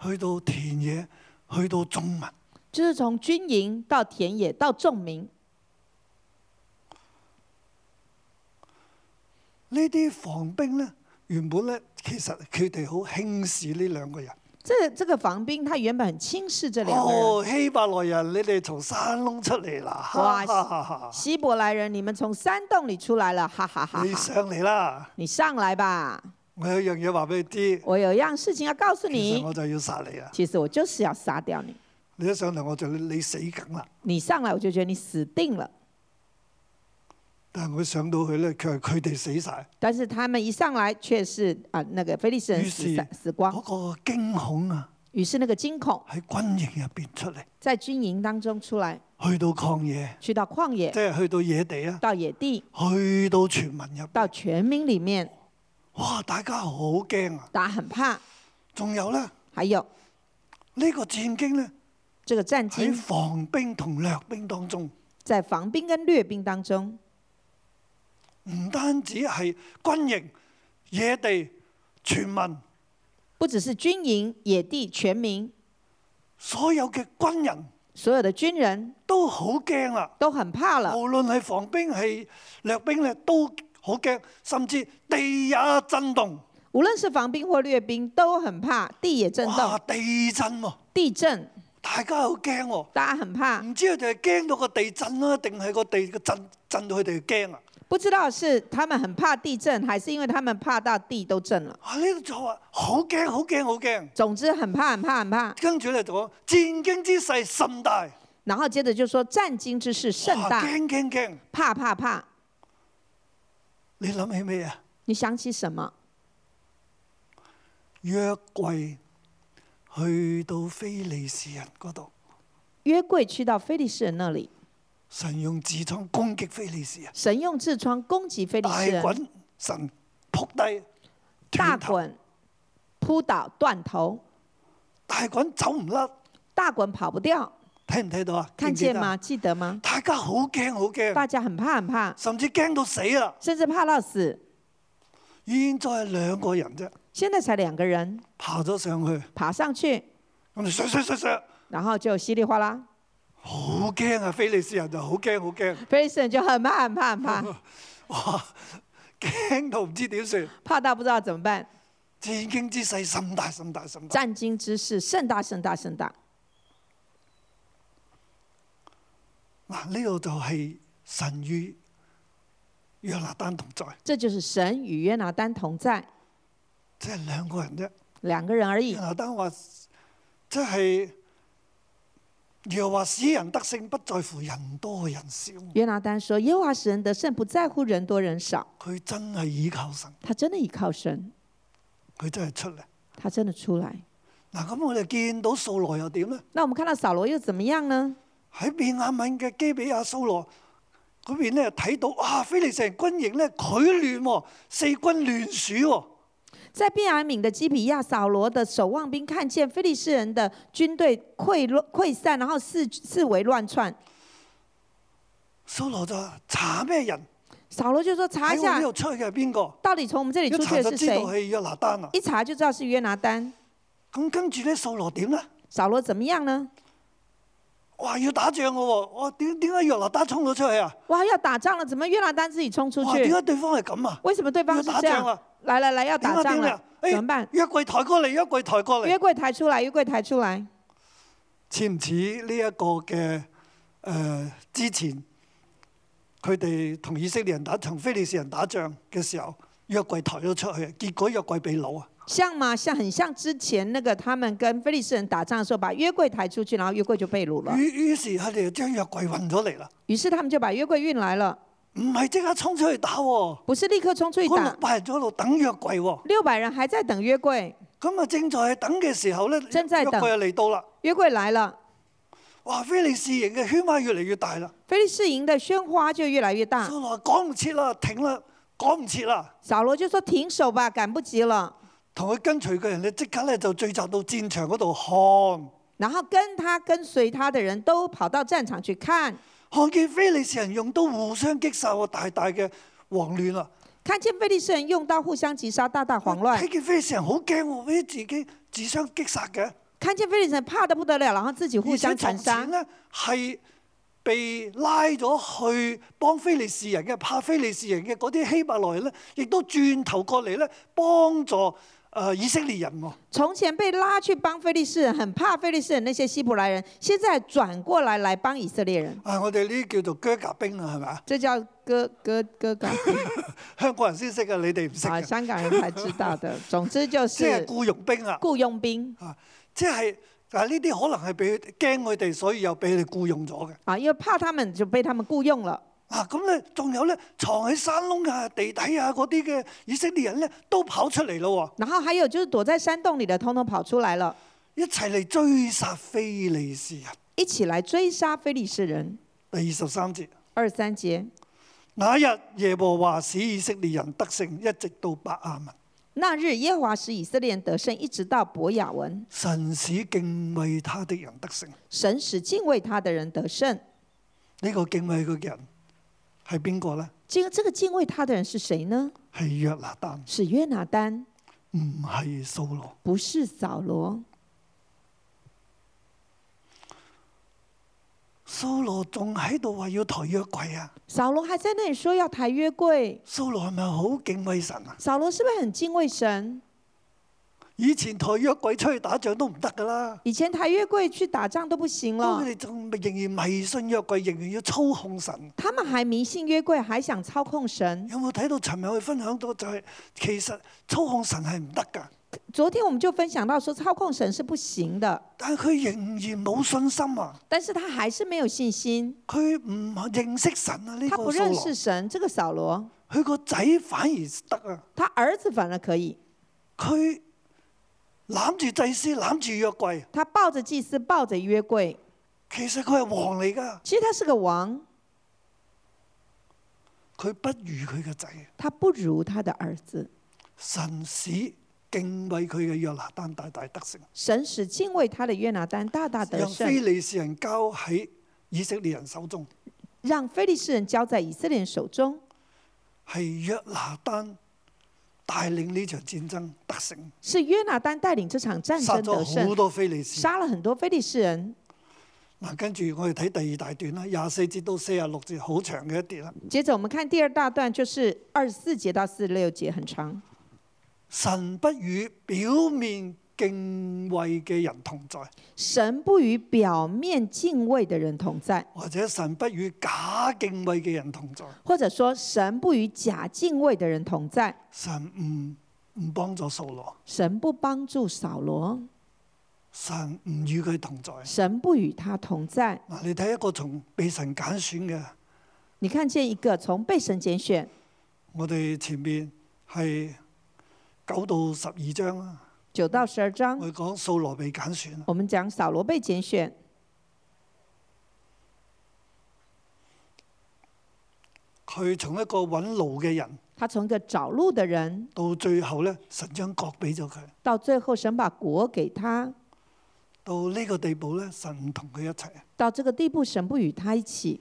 [SPEAKER 2] 去到田野，去到眾民。
[SPEAKER 4] 就是从军营到田野到众民，
[SPEAKER 2] 呢啲防兵咧，原本咧，其實佢哋好輕視呢兩個人。
[SPEAKER 4] 这这个防兵他原本很轻视这两个人。
[SPEAKER 2] 哦，希伯來人，你哋從山窿出嚟啦！哈
[SPEAKER 4] 哇
[SPEAKER 2] 哈哈哈
[SPEAKER 4] 希伯来人，你们从山洞里出来了，哈哈哈
[SPEAKER 2] 你
[SPEAKER 4] 哈！
[SPEAKER 2] 上嚟啦！
[SPEAKER 4] 你上来吧，
[SPEAKER 2] 我有樣嘢話俾你知，
[SPEAKER 4] 我有一样事情要告诉
[SPEAKER 2] 其實
[SPEAKER 4] 你
[SPEAKER 2] 我，就要殺你啦！
[SPEAKER 4] 其实我就是要杀掉你。
[SPEAKER 2] 你一上嚟我就你死梗啦！
[SPEAKER 4] 你上来我就觉得你死定了，
[SPEAKER 2] 但係佢上到去咧，佢係佢哋死晒，
[SPEAKER 4] 但是他们一上来却是啊、那个菲利士人
[SPEAKER 2] 于
[SPEAKER 4] 死
[SPEAKER 2] 是哦
[SPEAKER 4] 散死
[SPEAKER 2] 嗰
[SPEAKER 4] 光，
[SPEAKER 2] 個驚恐啊，
[SPEAKER 4] 于是那个惊恐
[SPEAKER 2] 喺軍營入邊出嚟，
[SPEAKER 4] 在军营当中出来，
[SPEAKER 2] 去到曠野，
[SPEAKER 4] 去到旷野
[SPEAKER 2] 即，係去到野地啊，
[SPEAKER 4] 到野地，
[SPEAKER 2] 去到全民入邊，
[SPEAKER 4] 到全民里面，
[SPEAKER 2] 哇！大家好驚啊！
[SPEAKER 4] 大家很怕。
[SPEAKER 2] 仲有咧，
[SPEAKER 4] 还有
[SPEAKER 2] 呢、個戰經咧
[SPEAKER 4] 这个战
[SPEAKER 2] 喺
[SPEAKER 4] 经
[SPEAKER 2] 防兵同掠兵當中，
[SPEAKER 4] 在防兵跟掠兵当中，
[SPEAKER 2] 唔單止係軍營、野地、全民，
[SPEAKER 4] 不只是军营、野地、全民，
[SPEAKER 2] 所有嘅軍人
[SPEAKER 4] 所有的军人
[SPEAKER 2] 都好驚啦。
[SPEAKER 4] 都很怕了。
[SPEAKER 2] 無論係防兵係掠兵咧，都好驚，甚至地也震動。
[SPEAKER 4] 无论是防兵或掠兵，都很怕地也震
[SPEAKER 2] 哇！
[SPEAKER 4] 动、
[SPEAKER 2] 地震喎、
[SPEAKER 4] 地震，
[SPEAKER 2] 大家好驚喎。
[SPEAKER 4] 大家很怕。
[SPEAKER 2] 唔知佢哋係驚到個地震啦，定係個地嘅震震到佢哋驚啊？
[SPEAKER 4] 不知道是他们很怕地震，还是因为他们怕到地都震了。
[SPEAKER 2] 啊！呢度就話好驚，好驚，好驚。
[SPEAKER 4] 总之很怕，很怕，很怕。
[SPEAKER 2] 跟住咧就講戰驚之勢甚大，
[SPEAKER 4] 然后接着就说战惊之势甚
[SPEAKER 2] 哇
[SPEAKER 4] 大，
[SPEAKER 2] 驚驚驚！
[SPEAKER 4] 怕怕怕。
[SPEAKER 2] 你諗起咩啊？
[SPEAKER 4] 你想起什么？
[SPEAKER 2] 約櫃去到非利士人嗰度，
[SPEAKER 4] 约柜去到非利士人那里，
[SPEAKER 2] 神用痔瘡攻擊非利士人，
[SPEAKER 4] 神用痔疮攻击非利
[SPEAKER 2] 大
[SPEAKER 4] 士人，
[SPEAKER 2] 滾神撲低，
[SPEAKER 4] 大
[SPEAKER 2] 斷頭
[SPEAKER 4] 滚，扑倒断头，
[SPEAKER 2] 大滾走唔甩，
[SPEAKER 4] 大滚跑不掉，
[SPEAKER 2] 睇唔睇到啊？
[SPEAKER 4] 看
[SPEAKER 2] 記唔記
[SPEAKER 4] 见
[SPEAKER 2] 得
[SPEAKER 4] 吗？
[SPEAKER 2] 啊？
[SPEAKER 4] 记得吗？
[SPEAKER 2] 大家好驚好驚，
[SPEAKER 4] 大家很怕很怕，
[SPEAKER 2] 甚至驚到死啊啦！
[SPEAKER 4] 甚至怕到死。
[SPEAKER 2] 現在係兩個人啫，
[SPEAKER 4] 现在才两个人
[SPEAKER 2] 爬咗上去，
[SPEAKER 4] 爬上去，
[SPEAKER 2] 咁就削削削削，
[SPEAKER 4] 然后就稀里哗啦，
[SPEAKER 2] 好驚啊！非利士人就好驚好驚，
[SPEAKER 4] 非利士人就很怕很怕很怕，
[SPEAKER 2] 哇！驚到唔知點算，
[SPEAKER 4] 怕到不知道怎么办。
[SPEAKER 2] 戰驚之勢甚大甚大甚大。
[SPEAKER 4] 战惊之势甚大甚大甚大。
[SPEAKER 2] 嗱，呢度就係神與約拿單同在，
[SPEAKER 4] 这就是神与约拿丹同在，
[SPEAKER 2] 即係兩個人啫。
[SPEAKER 4] 嗯两个人而已
[SPEAKER 2] 約。拿單話：即係耶和華使人得勝，不在乎人多人少，
[SPEAKER 4] 约拿丹说：“耶和华使人得胜，不在乎人多人少。
[SPEAKER 2] 佢真係倚靠神，”
[SPEAKER 4] 他真的依靠神，
[SPEAKER 2] 佢真係出嚟。
[SPEAKER 4] 他真的出来。
[SPEAKER 2] 嗱，咁我哋見到掃羅又點呢？
[SPEAKER 4] 那我们看到扫罗又怎么樣呢？
[SPEAKER 2] 喺便雅敏嘅基比亞掃羅嗰邊咧，睇到哇，菲利士人軍營咧佢亂喎，四軍亂鼠喎，
[SPEAKER 4] 在便雅敏的基比亚，扫罗的守望兵看见非利士人的军队溃落溃散，然后四四围乱窜。
[SPEAKER 2] 掃羅就話查咩人？
[SPEAKER 4] 扫罗就说：“查一
[SPEAKER 2] 喺我
[SPEAKER 4] 下
[SPEAKER 2] 呢，度出去嘅係邊個？
[SPEAKER 4] 到底從我們這裡
[SPEAKER 2] 一
[SPEAKER 4] 出
[SPEAKER 2] 查
[SPEAKER 4] 去
[SPEAKER 2] 就
[SPEAKER 4] 的是
[SPEAKER 2] 知道
[SPEAKER 4] 誰？
[SPEAKER 2] 係約拿單啊！
[SPEAKER 4] 一查就知道是约拿丹。
[SPEAKER 2] 咁跟住咧，掃羅點咧？
[SPEAKER 4] 扫羅怎么樣呢？
[SPEAKER 2] 哇！要打仗嘅啊喎，我點點解約拿單衝咗出去啊？
[SPEAKER 4] 哇，要打仗了，怎么约拿丹自己衝出
[SPEAKER 2] 哇！
[SPEAKER 4] 去
[SPEAKER 2] 點？解對方係咁啊？
[SPEAKER 4] 為什么對方是
[SPEAKER 2] 要打
[SPEAKER 4] 這
[SPEAKER 2] 仗啊
[SPEAKER 4] 樣
[SPEAKER 2] 了？
[SPEAKER 4] 來來來，要
[SPEAKER 2] 點
[SPEAKER 4] 打
[SPEAKER 2] 解
[SPEAKER 4] 仗
[SPEAKER 2] 點
[SPEAKER 4] 了
[SPEAKER 2] 啊？，
[SPEAKER 4] 怎麼辦？
[SPEAKER 2] 約櫃抬過嚟，約櫃抬過嚟
[SPEAKER 4] 約，櫃抬出來，約櫃抬出來，
[SPEAKER 2] 似唔似呢一個嘅誒、呃之前佢哋同以色列人打同非利士人打仗嘅時候，約櫃抬咗出去，結果約櫃被攞啊！
[SPEAKER 4] 像嗎？像很像之前那個他們跟非利士人打仗的時候，把約櫃抬出去，然後約櫃就被擄了。
[SPEAKER 2] 於於是佢哋就將約櫃運咗嚟啦，
[SPEAKER 4] 於是他們就把約櫃運來了，
[SPEAKER 2] 唔係即刻衝出去打喎、
[SPEAKER 4] 不是立刻衝出去
[SPEAKER 2] 嗰六
[SPEAKER 4] 打。
[SPEAKER 2] 百人仲喺度等約櫃喎，
[SPEAKER 4] 六百人還在等約櫃，
[SPEAKER 2] 咁啊正在等嘅時候咧，
[SPEAKER 4] 正在
[SPEAKER 2] 約
[SPEAKER 4] 等
[SPEAKER 2] 櫃就嚟到啦。
[SPEAKER 4] 約櫃來了，
[SPEAKER 2] 哇！非利士營嘅圈碼越嚟越大啦，
[SPEAKER 4] 非利士營的喧嘩就越來越大。
[SPEAKER 2] 掃羅趕唔切啦，停啦，趕唔切啦，
[SPEAKER 4] 扫羅就說：“停手吧，趕不及了。
[SPEAKER 2] 同佢跟隨嘅人咧即刻咧就聚集到戰場嗰度看。”
[SPEAKER 4] 然後跟他跟隨他的人都跑到戰場去看，
[SPEAKER 2] 看見非利士人用刀互相擊殺喎，大大嘅啊慌亂啦！
[SPEAKER 4] 看見非利士人用刀互相擊殺，大大慌
[SPEAKER 2] 睇
[SPEAKER 4] 亂。
[SPEAKER 2] 見非利士人好驚喎，俾自己自相擊殺嘅，
[SPEAKER 4] 看見非利士人怕得不得了，然後自己互
[SPEAKER 2] 而且
[SPEAKER 4] 相殘
[SPEAKER 2] 從
[SPEAKER 4] 殺
[SPEAKER 2] 前。呢係被拉咗去幫非利士人嘅，怕非利士人嘅嗰啲希伯來人咧，亦都轉頭過嚟咧幫助誒、呃以色列人喎。
[SPEAKER 4] 從前被拉去幫非利士人，很怕非利士人那些希伯來人，現在轉過來來幫以色列人，
[SPEAKER 2] 啊，我哋呢啲叫做鋸甲兵啦，係咪啊？
[SPEAKER 4] 這叫哥哥哥哥
[SPEAKER 2] 香港人先識嘅，你哋唔識
[SPEAKER 4] 啊，
[SPEAKER 2] 嘅，
[SPEAKER 4] 香港人才知道的。總之 就
[SPEAKER 2] 即係
[SPEAKER 4] 是
[SPEAKER 2] 僱傭兵啊！
[SPEAKER 4] 僱傭兵
[SPEAKER 2] 啊，即係但係呢啲可能係俾佢驚佢哋，所以又俾佢哋僱傭咗嘅。
[SPEAKER 4] 啊，因為怕他們就被他們僱傭了。
[SPEAKER 2] 啊，咁咧，仲有咧，藏喺山窿啊、地底啊嗰啲嘅以色列人咧，都跑出嚟咯
[SPEAKER 4] 然後還有就是躲在山洞裡的，通通跑出來了。
[SPEAKER 2] 喎，一齊嚟追殺非利士人。
[SPEAKER 4] 一起來追殺非利士人。
[SPEAKER 2] 第二十三節，
[SPEAKER 4] 二三節，
[SPEAKER 2] 那日耶和華使以色列人得勝，一直到伯亞文。
[SPEAKER 4] 那日耶和華使以色列人得勝，一直到伯雅文。
[SPEAKER 2] 神使敬畏他的人得勝。呢、
[SPEAKER 4] 神使敬畏他的人得勝。
[SPEAKER 2] 個敬畏佢嘅人係邊個咧？
[SPEAKER 4] 這個這個敬畏他的人是誰呢？
[SPEAKER 2] 係約拿單，
[SPEAKER 4] 是約拿丹，
[SPEAKER 2] 唔係掃羅。
[SPEAKER 4] 不是扫羅。
[SPEAKER 2] 掃羅仲喺度話要抬約櫃啊！
[SPEAKER 4] 扫羅還在那裡說要抬約櫃。
[SPEAKER 2] 掃羅係咪好敬畏神啊？
[SPEAKER 4] 扫羅是不是很敬畏神？
[SPEAKER 2] 以前抬約櫃出去打仗都唔得噶啦。
[SPEAKER 4] 以前抬約櫃去打仗都不行
[SPEAKER 2] 當
[SPEAKER 4] 了
[SPEAKER 2] 佢，哋仲仍然迷信約櫃，仍然要操控神。
[SPEAKER 4] 他們還迷信約櫃，還想操控神。
[SPEAKER 2] 有冇睇到尋日佢分享到就係、其實操控神係唔得㗎，
[SPEAKER 4] 昨天我們就分享到說，操控神是不行的，
[SPEAKER 2] 但係佢仍然冇信心啊！
[SPEAKER 4] 但是他還是沒有信心。
[SPEAKER 2] 佢唔認識神啊！呢、
[SPEAKER 4] 他
[SPEAKER 2] 個
[SPEAKER 4] 不
[SPEAKER 2] 掃
[SPEAKER 4] 認
[SPEAKER 2] 羅
[SPEAKER 4] 識，神，這個掃羅，
[SPEAKER 2] 佢個仔反而得啊！
[SPEAKER 4] 他兒子反而可以，
[SPEAKER 2] 佢攬住祭司，攬住約櫃，
[SPEAKER 4] 他抱着祭司，抱着約櫃，
[SPEAKER 2] 其實佢係王嚟㗎，
[SPEAKER 4] 其實他是個王，
[SPEAKER 2] 佢不如佢嘅仔。啊
[SPEAKER 4] 他不如他的兒子。
[SPEAKER 2] 神使敬畏佢嘅約拿單大大得勝，
[SPEAKER 4] 神使敬畏他的約拿丹大大得
[SPEAKER 2] 讓非
[SPEAKER 4] 勝，
[SPEAKER 2] 利士人交喺以色列人手中。
[SPEAKER 4] 讓非利士人交在以色列人手中，
[SPEAKER 2] 係約拿單帶領呢場戰爭得勝，
[SPEAKER 4] 是約拿丹帶領這場戰
[SPEAKER 2] 殺
[SPEAKER 4] 爭得
[SPEAKER 2] 咗好
[SPEAKER 4] 勝，
[SPEAKER 2] 多非利士。
[SPEAKER 4] 殺了很多非利士人。
[SPEAKER 2] 嗱，跟住我哋睇第二大段啦，廿四節到四十六節，好長嘅一段啦。
[SPEAKER 4] 接着我們看第二大段，就是二十四節到四十六節，很長。
[SPEAKER 2] 神不與表面敬畏嘅人同在，
[SPEAKER 4] 神不與表面敬畏的人同在，
[SPEAKER 2] 或者神不與假敬畏嘅人同在。
[SPEAKER 4] 或者說神不與假敬畏的人同在。
[SPEAKER 2] 神唔唔幫助掃羅，
[SPEAKER 4] 神不幫助扫罗，
[SPEAKER 2] 神唔與佢同在。
[SPEAKER 4] 神不与他同在。
[SPEAKER 2] 嗱，你睇一個從被神揀選嘅，
[SPEAKER 4] 你看见一个从被神拣选，
[SPEAKER 2] 我哋前面係九到十二章啦，
[SPEAKER 4] 九到十二章
[SPEAKER 2] 我，哋講掃羅被揀選啦。
[SPEAKER 4] 我们讲扫罗被拣选，
[SPEAKER 2] 佢從一個揾路嘅人，
[SPEAKER 4] 他从一个找路的人，
[SPEAKER 2] 到最後咧，神將國俾咗佢。
[SPEAKER 4] 到最后神把国给他，
[SPEAKER 2] 到呢個地步咧，神唔同佢一齊。
[SPEAKER 4] 到这个地步，神不与他一起。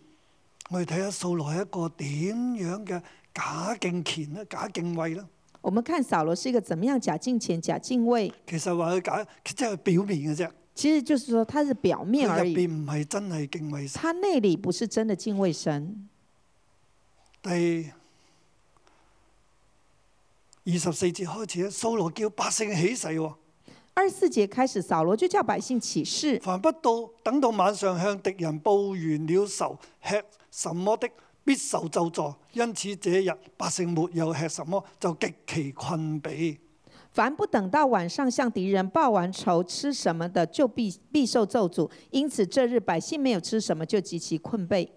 [SPEAKER 2] 我哋睇下掃羅係一個點樣嘅假敬虔咧、假敬畏咧。
[SPEAKER 4] 我们看扫罗是一个怎么样假敬虔、假敬畏，
[SPEAKER 2] 其實話佢假，即係表面嘅啫，
[SPEAKER 4] 其实就是说他是表
[SPEAKER 2] 佢
[SPEAKER 4] 面而
[SPEAKER 2] 入
[SPEAKER 4] 已，
[SPEAKER 2] 邊唔係真係敬畏神。
[SPEAKER 4] 他内里不是真的敬畏神。
[SPEAKER 2] 第二十四節開始咧，掃羅叫百姓起誓喎，
[SPEAKER 4] 二十四节开始，扫罗就叫百姓起誓，
[SPEAKER 2] 凡不到等到晚上向敵人報完了仇，吃什麼的必受咒詛。因此這日百姓沒有吃什麼，就極其困憊。
[SPEAKER 4] 凡不等到晚上向敌人报完仇吃什么的，就必必受咒诅。因此这日百姓没有吃什么，就极其困惫。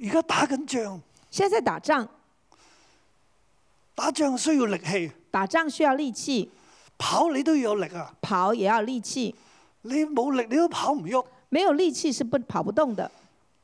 [SPEAKER 2] 而家打緊仗，
[SPEAKER 4] 现在在打仗，
[SPEAKER 2] 打仗需要力氣，
[SPEAKER 4] 打仗需要力气，
[SPEAKER 2] 跑你都要有力啊！
[SPEAKER 4] 跑也要力气，
[SPEAKER 2] 你冇力你都跑唔喐。
[SPEAKER 4] 没有力气是不跑不动的。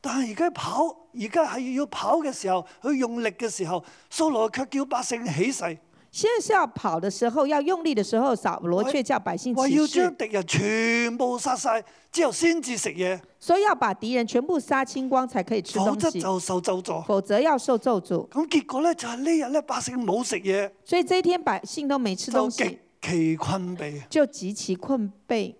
[SPEAKER 2] 但係而家跑，而家係要跑嘅時候，佢用力嘅時候，掃羅卻叫百姓起誓，
[SPEAKER 4] 现在是要跑的时候，要用力的时候，扫罗
[SPEAKER 2] 我
[SPEAKER 4] 却叫百姓
[SPEAKER 2] 話
[SPEAKER 4] 起
[SPEAKER 2] 要將
[SPEAKER 4] 誓，
[SPEAKER 2] 敵人全部殺晒之後先至食嘢，
[SPEAKER 4] 说要把敌人全部杀清光才可以吃
[SPEAKER 2] 否
[SPEAKER 4] 东
[SPEAKER 2] 則
[SPEAKER 4] 西，
[SPEAKER 2] 就受咒詛。
[SPEAKER 4] 否则要受咒诅。
[SPEAKER 2] 咁結果咧就係呢日咧，百姓冇食嘢，
[SPEAKER 4] 所以这一天百姓都没吃
[SPEAKER 2] 就
[SPEAKER 4] 东西
[SPEAKER 2] 極，其困憊。
[SPEAKER 4] 就极其困惫。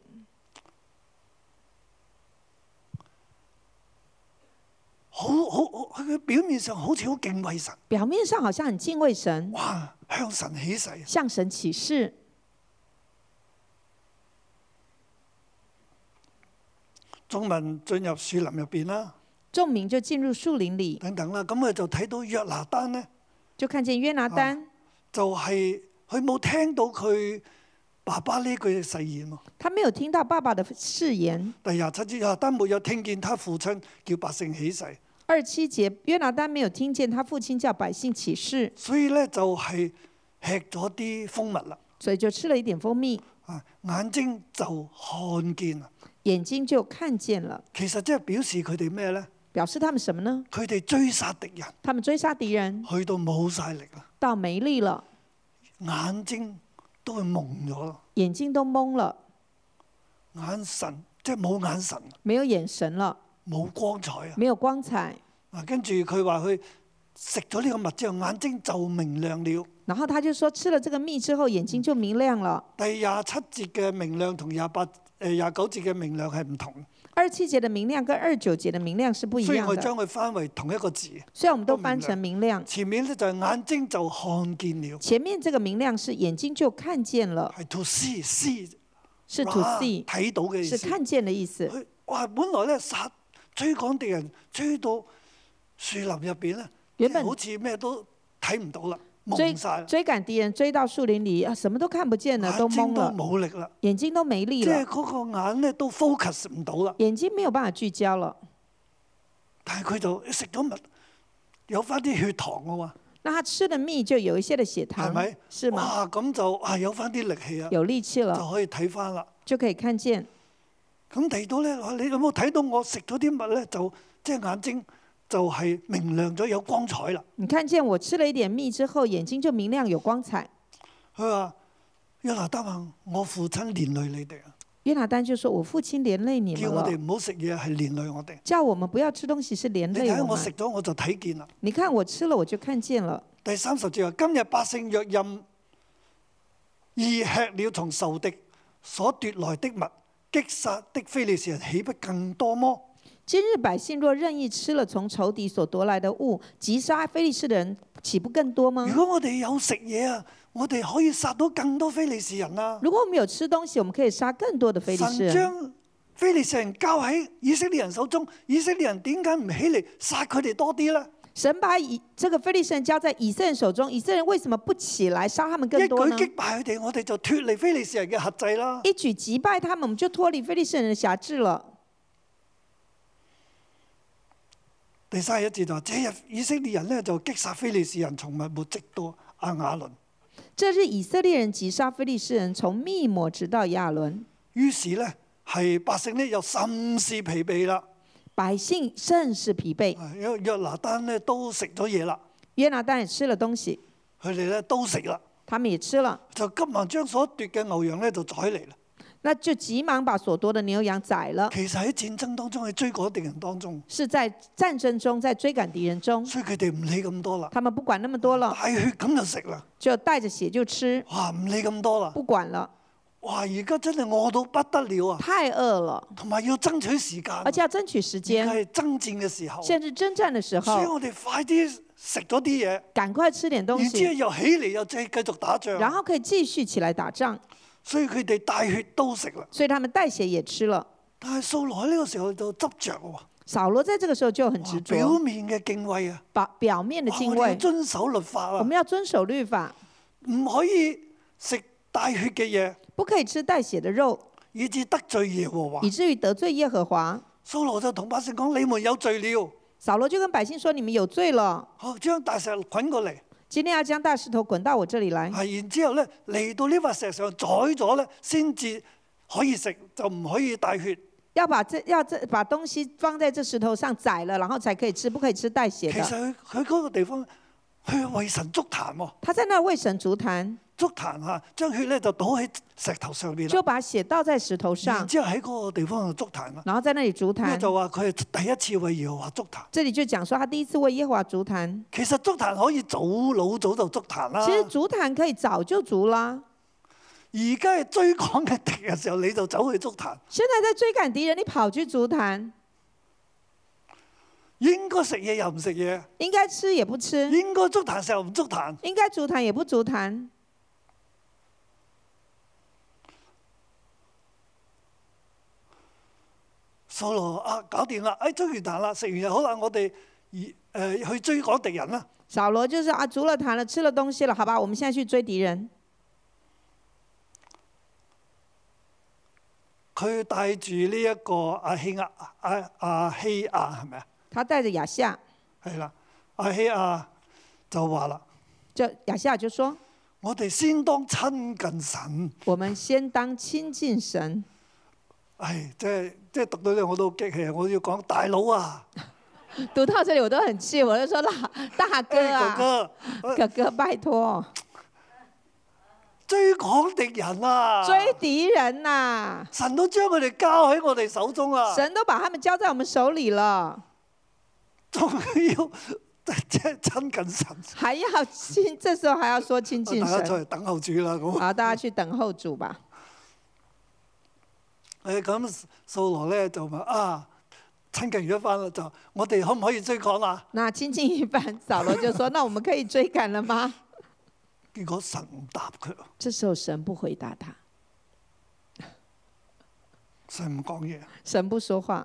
[SPEAKER 2] 好好好，佢表面上好似好敬畏神，
[SPEAKER 4] 表面上好像很敬畏神，
[SPEAKER 2] 哇，向神起誓。
[SPEAKER 4] 向神起誓。
[SPEAKER 2] 眾民進入樹林入邊啦，
[SPEAKER 4] 众民就进入树林里，
[SPEAKER 2] 等等啦，咁佢就睇到約拿單咧，
[SPEAKER 4] 就看见约拿
[SPEAKER 2] 啊
[SPEAKER 4] 丹，
[SPEAKER 2] 就係佢冇聽到佢爸爸呢句誓言喎。
[SPEAKER 4] 他没有听到爸爸的誓言。
[SPEAKER 2] 第廿七節啊，但沒有聽見他父親叫百姓起誓，
[SPEAKER 4] 二七节，约拿丹没有听见他父亲叫百姓起誓，
[SPEAKER 2] 所以咧就係吃咗啲蜂蜜啦，
[SPEAKER 4] 所以就吃了一点蜂蜜，
[SPEAKER 2] 啊眼睛就看見啦。
[SPEAKER 4] 眼睛就看见了。
[SPEAKER 2] 其實即係表示佢哋咩咧？
[SPEAKER 4] 表示他们什么呢？
[SPEAKER 2] 佢哋追殺敵人，
[SPEAKER 4] 他们追杀敌人
[SPEAKER 2] 去到冇晒力啦，
[SPEAKER 4] 到没力了，
[SPEAKER 2] 眼睛都係蒙咗啦，
[SPEAKER 4] 眼睛都蒙了，
[SPEAKER 2] 眼神即係冇眼神，
[SPEAKER 4] 没有眼神了，
[SPEAKER 2] 冇光彩啊！
[SPEAKER 4] 没有光彩。
[SPEAKER 2] 啊，跟住佢話佢食咗呢個蜜之後，眼睛就明亮了。
[SPEAKER 4] 然后他就说，吃了这个蜜之后，眼睛就明亮了。
[SPEAKER 2] 第廿七節嘅明亮同廿八誒廿九節嘅明亮係唔同。
[SPEAKER 4] 二七节的明亮跟二九节的明亮是不一
[SPEAKER 2] 所以
[SPEAKER 4] 样
[SPEAKER 2] 我
[SPEAKER 4] 的。
[SPEAKER 2] 將佢翻為同一個字。
[SPEAKER 4] 虽然我们都翻成明亮，
[SPEAKER 2] 前面咧就係眼睛就看見了，
[SPEAKER 4] 前面这个明亮是眼睛就看见了，
[SPEAKER 2] 係 to see see
[SPEAKER 4] 是 to
[SPEAKER 2] 哇
[SPEAKER 4] see，
[SPEAKER 2] 睇到嘅意
[SPEAKER 4] 是
[SPEAKER 2] 思。
[SPEAKER 4] 看见的意思。
[SPEAKER 2] 佢哇，本來咧殺追趕敵人，追到樹林入邊咧，
[SPEAKER 4] 原本
[SPEAKER 2] 即係好似咩都睇唔到啦，蒙
[SPEAKER 4] 追
[SPEAKER 2] 晒啦，
[SPEAKER 4] 追赶敌人，追到树林里啊，什么都看不见了，都
[SPEAKER 2] 眼睛
[SPEAKER 4] 懵
[SPEAKER 2] 都
[SPEAKER 4] 了，
[SPEAKER 2] 冇力啦，
[SPEAKER 4] 眼睛都没力
[SPEAKER 2] 即係
[SPEAKER 4] 了，
[SPEAKER 2] 嗰個眼咧都 focus 唔到啦。
[SPEAKER 4] 眼睛没有办法聚焦了。
[SPEAKER 2] 但係佢就食咗蜜，有翻啲血糖嘅喎，
[SPEAKER 4] 那他吃了蜜就有一些的血
[SPEAKER 2] 係
[SPEAKER 4] 糖
[SPEAKER 2] 咪，？
[SPEAKER 4] 是吗？
[SPEAKER 2] 哎哇，咁就啊有翻啲力氣啊，
[SPEAKER 4] 有力气了
[SPEAKER 2] 就可以睇翻啦。
[SPEAKER 4] 就可以看见。
[SPEAKER 2] 咁提到咧，你有冇睇到我食咗啲物咧？就即係眼睛就係明亮咗，有光彩啦。
[SPEAKER 4] 你看见我吃了一点蜜之后，眼睛就明亮有光彩。
[SPEAKER 2] 佢話：約拿單話我父親連累你哋啊，
[SPEAKER 4] 约拿丹就说：“我父亲连累你
[SPEAKER 2] 叫
[SPEAKER 4] 们
[SPEAKER 2] 我哋
[SPEAKER 4] 了，
[SPEAKER 2] 唔好食嘢係連累我哋。
[SPEAKER 4] 叫我们不要吃东西是连
[SPEAKER 2] 你
[SPEAKER 4] 累
[SPEAKER 2] 睇下
[SPEAKER 4] 我
[SPEAKER 2] 我食
[SPEAKER 4] 们。
[SPEAKER 2] 咗我就睇見啦。
[SPEAKER 4] 你看我吃了，我就看见了。”
[SPEAKER 2] 第三十節話：今日百姓若任意吃了從仇敵所奪來的物，擊殺的非利士人，豈不更多麼？
[SPEAKER 4] 今日百姓若任意吃了从仇敌所夺来的物，击杀非利士的人，岂不更多吗
[SPEAKER 2] 如？果我哋有食嘢啊，我哋可以殺到更多非利士人啊！
[SPEAKER 4] 如果我们有吃东西，我们可以杀更多的非利士
[SPEAKER 2] 神
[SPEAKER 4] 人。
[SPEAKER 2] 將非利士人交喺以色列人手中，以色列人點解唔起嚟殺佢哋多啲呢？
[SPEAKER 4] 神把以这个非利士人交在以色列人手中，以色列人为什么不起来杀他们
[SPEAKER 2] 一
[SPEAKER 4] 更多呢
[SPEAKER 2] 舉？擊敗佢哋，我哋就脱離非利士人嘅轄制啦。
[SPEAKER 4] 一举击败他们，我们就脱离非利士人的辖制了。
[SPEAKER 2] 第三十一節就話：這日以色列人呢，就擊殺非利士人，從密抹直到亞雅倫。
[SPEAKER 4] 这日以色列人击杀非利士人，从密抹直到亚伦，
[SPEAKER 2] 於是呢，係百姓呢又甚是疲憊啦。
[SPEAKER 4] 百姓甚是疲惫。
[SPEAKER 2] 啊因為約拿單呢都食咗嘢啦，
[SPEAKER 4] 约拿丹也吃了东西，
[SPEAKER 2] 佢哋呢都食啦，
[SPEAKER 4] 他们也吃了，
[SPEAKER 2] 就急忙將所奪嘅牛羊呢就宰嚟啦。
[SPEAKER 4] 那就急忙把所夺的牛羊宰了。
[SPEAKER 2] 其實喺戰爭當中，喺追趕敵人當中，
[SPEAKER 4] 是在战争中，在追赶敌人中，
[SPEAKER 2] 所以佢哋唔理咁多啦，
[SPEAKER 4] 他们不管那么多了，
[SPEAKER 2] 大血咁就食啦。
[SPEAKER 4] 就带着血就吃，
[SPEAKER 2] 哇，唔理咁多啦。
[SPEAKER 4] 不管了，
[SPEAKER 2] 哇，而家真係餓到不得了啊！
[SPEAKER 4] 太饿了，
[SPEAKER 2] 同埋要爭取時間，
[SPEAKER 4] 而且要争取时
[SPEAKER 2] 而家
[SPEAKER 4] 间。
[SPEAKER 2] 係爭戰嘅時候，
[SPEAKER 4] 现在是征战的时
[SPEAKER 2] 所以
[SPEAKER 4] 候，
[SPEAKER 2] 我哋快啲食咗啲嘢，
[SPEAKER 4] 赶快吃点东
[SPEAKER 2] 然之後
[SPEAKER 4] 西，
[SPEAKER 2] 又起嚟又繼繼續打
[SPEAKER 4] 然
[SPEAKER 2] 仗，
[SPEAKER 4] 后可以继续起来打仗。
[SPEAKER 2] 所以佢哋大血都食啦。
[SPEAKER 4] 所以他们带血也吃了。
[SPEAKER 2] 但係掃羅喺呢個時候就執着喎，
[SPEAKER 4] 扫罗在这个时候就很执
[SPEAKER 2] 哇表
[SPEAKER 4] 着，
[SPEAKER 2] 面嘅敬畏啊，
[SPEAKER 4] 表表面的
[SPEAKER 2] 哇
[SPEAKER 4] 敬
[SPEAKER 2] 我哋要
[SPEAKER 4] 畏，
[SPEAKER 2] 遵守律法
[SPEAKER 4] 我
[SPEAKER 2] 啊，
[SPEAKER 4] 们要遵守律法，
[SPEAKER 2] 唔可以食大血嘅嘢，
[SPEAKER 4] 不可以吃带血的肉，
[SPEAKER 2] 以致得罪耶和華
[SPEAKER 4] 以。至于得罪耶和华。
[SPEAKER 2] 掃羅就同百姓講：你們有罪了，
[SPEAKER 4] 扫罗就跟百姓说：“你们有罪了，
[SPEAKER 2] 好將大石滾過嚟，
[SPEAKER 4] 今天要将大石头滚到我这里来。”
[SPEAKER 2] 啊，然之後咧嚟到呢塊石上宰咗咧，先至可以食，就唔可以大血。
[SPEAKER 4] 要把这要这把东西放在这石头上宰了，然后才可以吃，不可以吃带血
[SPEAKER 2] 其實
[SPEAKER 4] 的。
[SPEAKER 2] 佢佢嗰個地方，佢為神築壇喎，
[SPEAKER 4] 他在那儿为神足坛，
[SPEAKER 2] 築壇嚇，將血咧就倒喺石頭上面啦。
[SPEAKER 4] 就把血倒在石头
[SPEAKER 2] 然
[SPEAKER 4] 上，
[SPEAKER 2] 之後喺嗰個地方就築壇啦。
[SPEAKER 4] 然后在那里足
[SPEAKER 2] 咁
[SPEAKER 4] 坛。
[SPEAKER 2] 就話佢係第一次為耶和華築壇。
[SPEAKER 4] 这里就讲说他第一次为耶和华足坛，
[SPEAKER 2] 其實築壇可以早老早就築壇啦。
[SPEAKER 4] 其实足坛可以早就足啦。
[SPEAKER 2] 而家係追趕嘅敵嘅時候，你就走去築壇，
[SPEAKER 4] 现在在追赶敌人，你跑去足坛，
[SPEAKER 2] 應該食嘢又唔食嘢，
[SPEAKER 4] 应该吃也不吃，
[SPEAKER 2] 應該築壇時候唔築壇。
[SPEAKER 4] 应该足坛也不足坛。
[SPEAKER 2] 掃羅啊，搞掂啦！哎，追完壇啦，食完又好啦，我哋誒、呃去追趕敵人啦。
[SPEAKER 4] 扫罗就是啊，足了坛了，吃了东西了，好吧，我们现在去追敌人。
[SPEAKER 2] 佢帶住呢一個阿希亞阿阿希亞係咪啊？
[SPEAKER 4] 他带着亚夏，
[SPEAKER 2] 係啦，阿希亞就話啦：
[SPEAKER 4] 就亚夏就说
[SPEAKER 2] 我哋先當親近神。：“
[SPEAKER 4] 我们先当亲近神。”
[SPEAKER 2] 唉，哎即係即係讀到呢，我都好激氣啊！我要講大佬啊，
[SPEAKER 4] 读到这里我都很气，我就说大大哥
[SPEAKER 2] 哎
[SPEAKER 4] 啊，
[SPEAKER 2] 哥哥，啊
[SPEAKER 4] 哥哥拜托，
[SPEAKER 2] 追趕敵人啊！
[SPEAKER 4] 追敌人呐、
[SPEAKER 2] 神都將佢哋交喺我哋手中啊！
[SPEAKER 4] 神都把他们交在我们手里了，
[SPEAKER 2] 仲要即係親近神，
[SPEAKER 4] 还要亲，这时候还要说亲近
[SPEAKER 2] 哦大家出嚟
[SPEAKER 4] 神。
[SPEAKER 2] 等候主啦咁。
[SPEAKER 4] 好，大家去等候主吧。
[SPEAKER 2] 誒哎咁，掃羅咧就話啊，親近完一番啦，就我哋可唔可以追趕啊？
[SPEAKER 4] 那亲近一番，扫罗就 说：“那我们可以追赶了吗
[SPEAKER 2] 結果神唔答佢，？”
[SPEAKER 4] 这时候神不回答他，
[SPEAKER 2] 神唔講嘢，
[SPEAKER 4] 神不说话，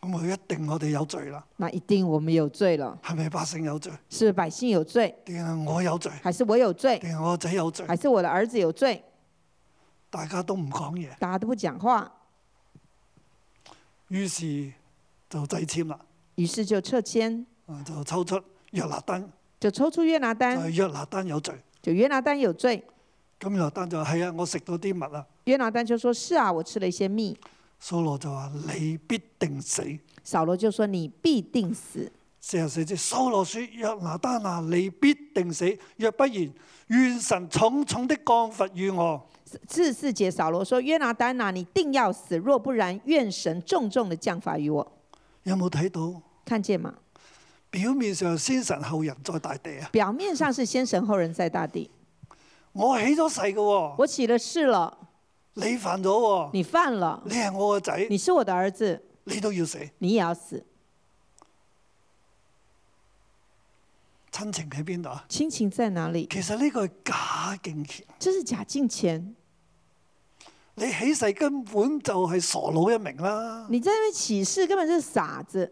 [SPEAKER 2] 咁佢一定我哋有罪啦，
[SPEAKER 4] 那一定我们有罪了，
[SPEAKER 2] 係咪百姓有罪？
[SPEAKER 4] 是百姓有罪，
[SPEAKER 2] 定係我有罪？
[SPEAKER 4] 还是我有罪，
[SPEAKER 2] 定係我個仔有罪？
[SPEAKER 4] 还是我的儿子有罪？
[SPEAKER 2] 大家都唔講嘢，
[SPEAKER 4] 大家都不讲话，
[SPEAKER 2] 於是就制簽啦，
[SPEAKER 4] 于是就撤签，
[SPEAKER 2] 啊就抽出約拿單，
[SPEAKER 4] 就抽出约拿
[SPEAKER 2] 就
[SPEAKER 4] 单
[SPEAKER 2] 係。約拿單有罪。
[SPEAKER 4] 就约拿丹有罪，
[SPEAKER 2] 咁約拿單就話係啊，我食咗啲物啊。
[SPEAKER 4] 约拿丹就说：“是啊，我吃了一些蜜。
[SPEAKER 2] 掃羅就話：你必定死。”
[SPEAKER 4] 扫罗就说：“你必定死。
[SPEAKER 2] 四十四節，掃羅說：約拿單啊，你必定死；若不然，願神重重的降罰與我。”
[SPEAKER 4] 四四节，扫罗说：“约拿丹呐、你定要死，若不然，愿神重重的降罚于我。
[SPEAKER 2] 有冇睇到？”
[SPEAKER 4] 看见吗？
[SPEAKER 2] 表面上先神後人在大地啊！
[SPEAKER 4] 表面上是先神后人，在大地。
[SPEAKER 2] 我起咗誓嘅喎，
[SPEAKER 4] 我起了誓了，
[SPEAKER 2] 你犯咗喎，
[SPEAKER 4] 你犯了
[SPEAKER 2] 你，係我個仔，
[SPEAKER 4] 你是我的儿子，
[SPEAKER 2] 你都要死。
[SPEAKER 4] 你也要死。
[SPEAKER 2] 親情喺邊度啊？
[SPEAKER 4] 亲情在哪里？
[SPEAKER 2] 其實呢個係假敬虔，
[SPEAKER 4] 这是假敬虔。
[SPEAKER 2] 你起誓根本就係傻佬一名啦！
[SPEAKER 4] 你在那边起誓，根本是傻子。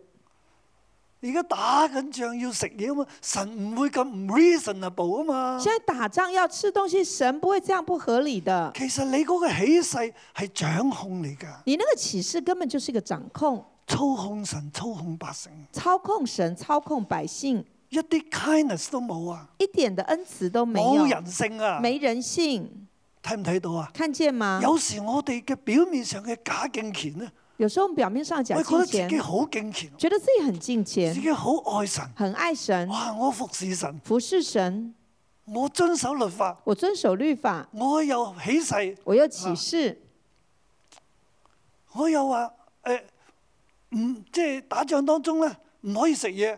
[SPEAKER 2] 而家打緊仗要食嘢啊嘛，神唔會咁唔 reasonable 啊嘛。
[SPEAKER 4] 现在打仗要吃东西，神不会这样不合理的。
[SPEAKER 2] 其實你嗰個起勢係掌控嚟㗎，
[SPEAKER 4] 你那个启示根本就是一个掌控、
[SPEAKER 2] 操控神、操控百姓，
[SPEAKER 4] 操控神、操控百姓，
[SPEAKER 2] 一啲 kindness 都冇啊，
[SPEAKER 4] 一点的恩慈都没有
[SPEAKER 2] 冇，人性啊，
[SPEAKER 4] 没人性，
[SPEAKER 2] 睇唔睇到啊？
[SPEAKER 4] 看见吗？
[SPEAKER 2] 有時我哋嘅表面上嘅假敬虔咧，
[SPEAKER 4] 有时候我们表面上
[SPEAKER 2] 我覺
[SPEAKER 4] 讲敬
[SPEAKER 2] 得自己
[SPEAKER 4] 虔，
[SPEAKER 2] 好敬虔，
[SPEAKER 4] 觉得自己很敬
[SPEAKER 2] 自
[SPEAKER 4] 虔，
[SPEAKER 2] 己好愛神，
[SPEAKER 4] 很爱神，
[SPEAKER 2] 哇！我服侍神，
[SPEAKER 4] 服侍神，
[SPEAKER 2] 我遵守律法，
[SPEAKER 4] 我遵守律法，
[SPEAKER 2] 我又起誓，
[SPEAKER 4] 我又
[SPEAKER 2] 啊
[SPEAKER 4] 启示，
[SPEAKER 2] 我又話誒唔即係打仗當中咧唔可以食嘢，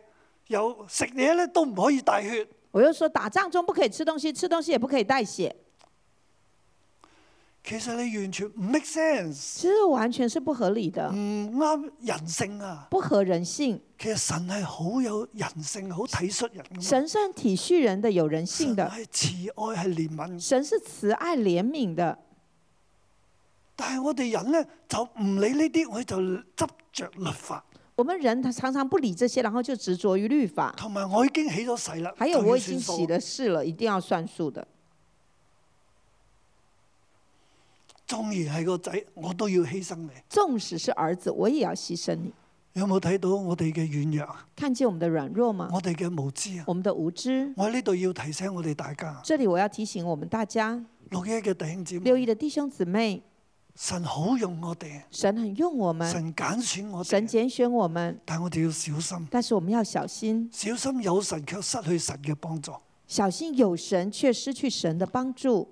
[SPEAKER 2] 又食嘢咧都唔可以帶血。
[SPEAKER 4] 我又说打仗中不可以吃东西，吃东西也不可以带血。
[SPEAKER 2] 其實你完全唔 make sense，
[SPEAKER 4] 其实完全是不合理的
[SPEAKER 2] 唔，啱人性啊！
[SPEAKER 4] 不合人性。
[SPEAKER 2] 其實神係好有人性，好體恤人㗎嘛。
[SPEAKER 4] 神是很体恤人的，有人性
[SPEAKER 2] 神
[SPEAKER 4] 的，
[SPEAKER 2] 係嗯慈愛係憐憫，
[SPEAKER 4] 神是慈爱怜悯的。
[SPEAKER 2] 但係我哋人咧就唔理呢啲，我哋就執着律法，
[SPEAKER 4] 我们人他常常不理这些，然后就执着于律法。
[SPEAKER 2] 同埋我已經起咗誓啦，
[SPEAKER 4] 还
[SPEAKER 2] 就
[SPEAKER 4] 有
[SPEAKER 2] 要
[SPEAKER 4] 哎我已经
[SPEAKER 2] 算數
[SPEAKER 4] 洗了誓了，一定要算数的。
[SPEAKER 2] 縱然係個仔，我都要犧牲你。
[SPEAKER 4] 纵使是儿子，我也要牺牲你。
[SPEAKER 2] 有冇睇到我哋嘅軟弱啊？
[SPEAKER 4] 看见我们的软弱吗？
[SPEAKER 2] 我哋嘅無知啊！
[SPEAKER 4] 我们的无知。
[SPEAKER 2] 我喺呢度要提醒我哋大家，
[SPEAKER 4] 这里我要提醒我们大家，
[SPEAKER 2] 六一嘅弟兄姊
[SPEAKER 4] 六
[SPEAKER 2] 妹，
[SPEAKER 4] 一的弟兄姊妹，
[SPEAKER 2] 神好用我哋，
[SPEAKER 4] 神很用我们，
[SPEAKER 2] 神揀選我
[SPEAKER 4] 神
[SPEAKER 2] 哋，
[SPEAKER 4] 拣选我们，
[SPEAKER 2] 但我哋要小心，
[SPEAKER 4] 但是我们要小心，
[SPEAKER 2] 小心有神卻失去神嘅幫助，
[SPEAKER 4] 小心有神却失去神的帮助，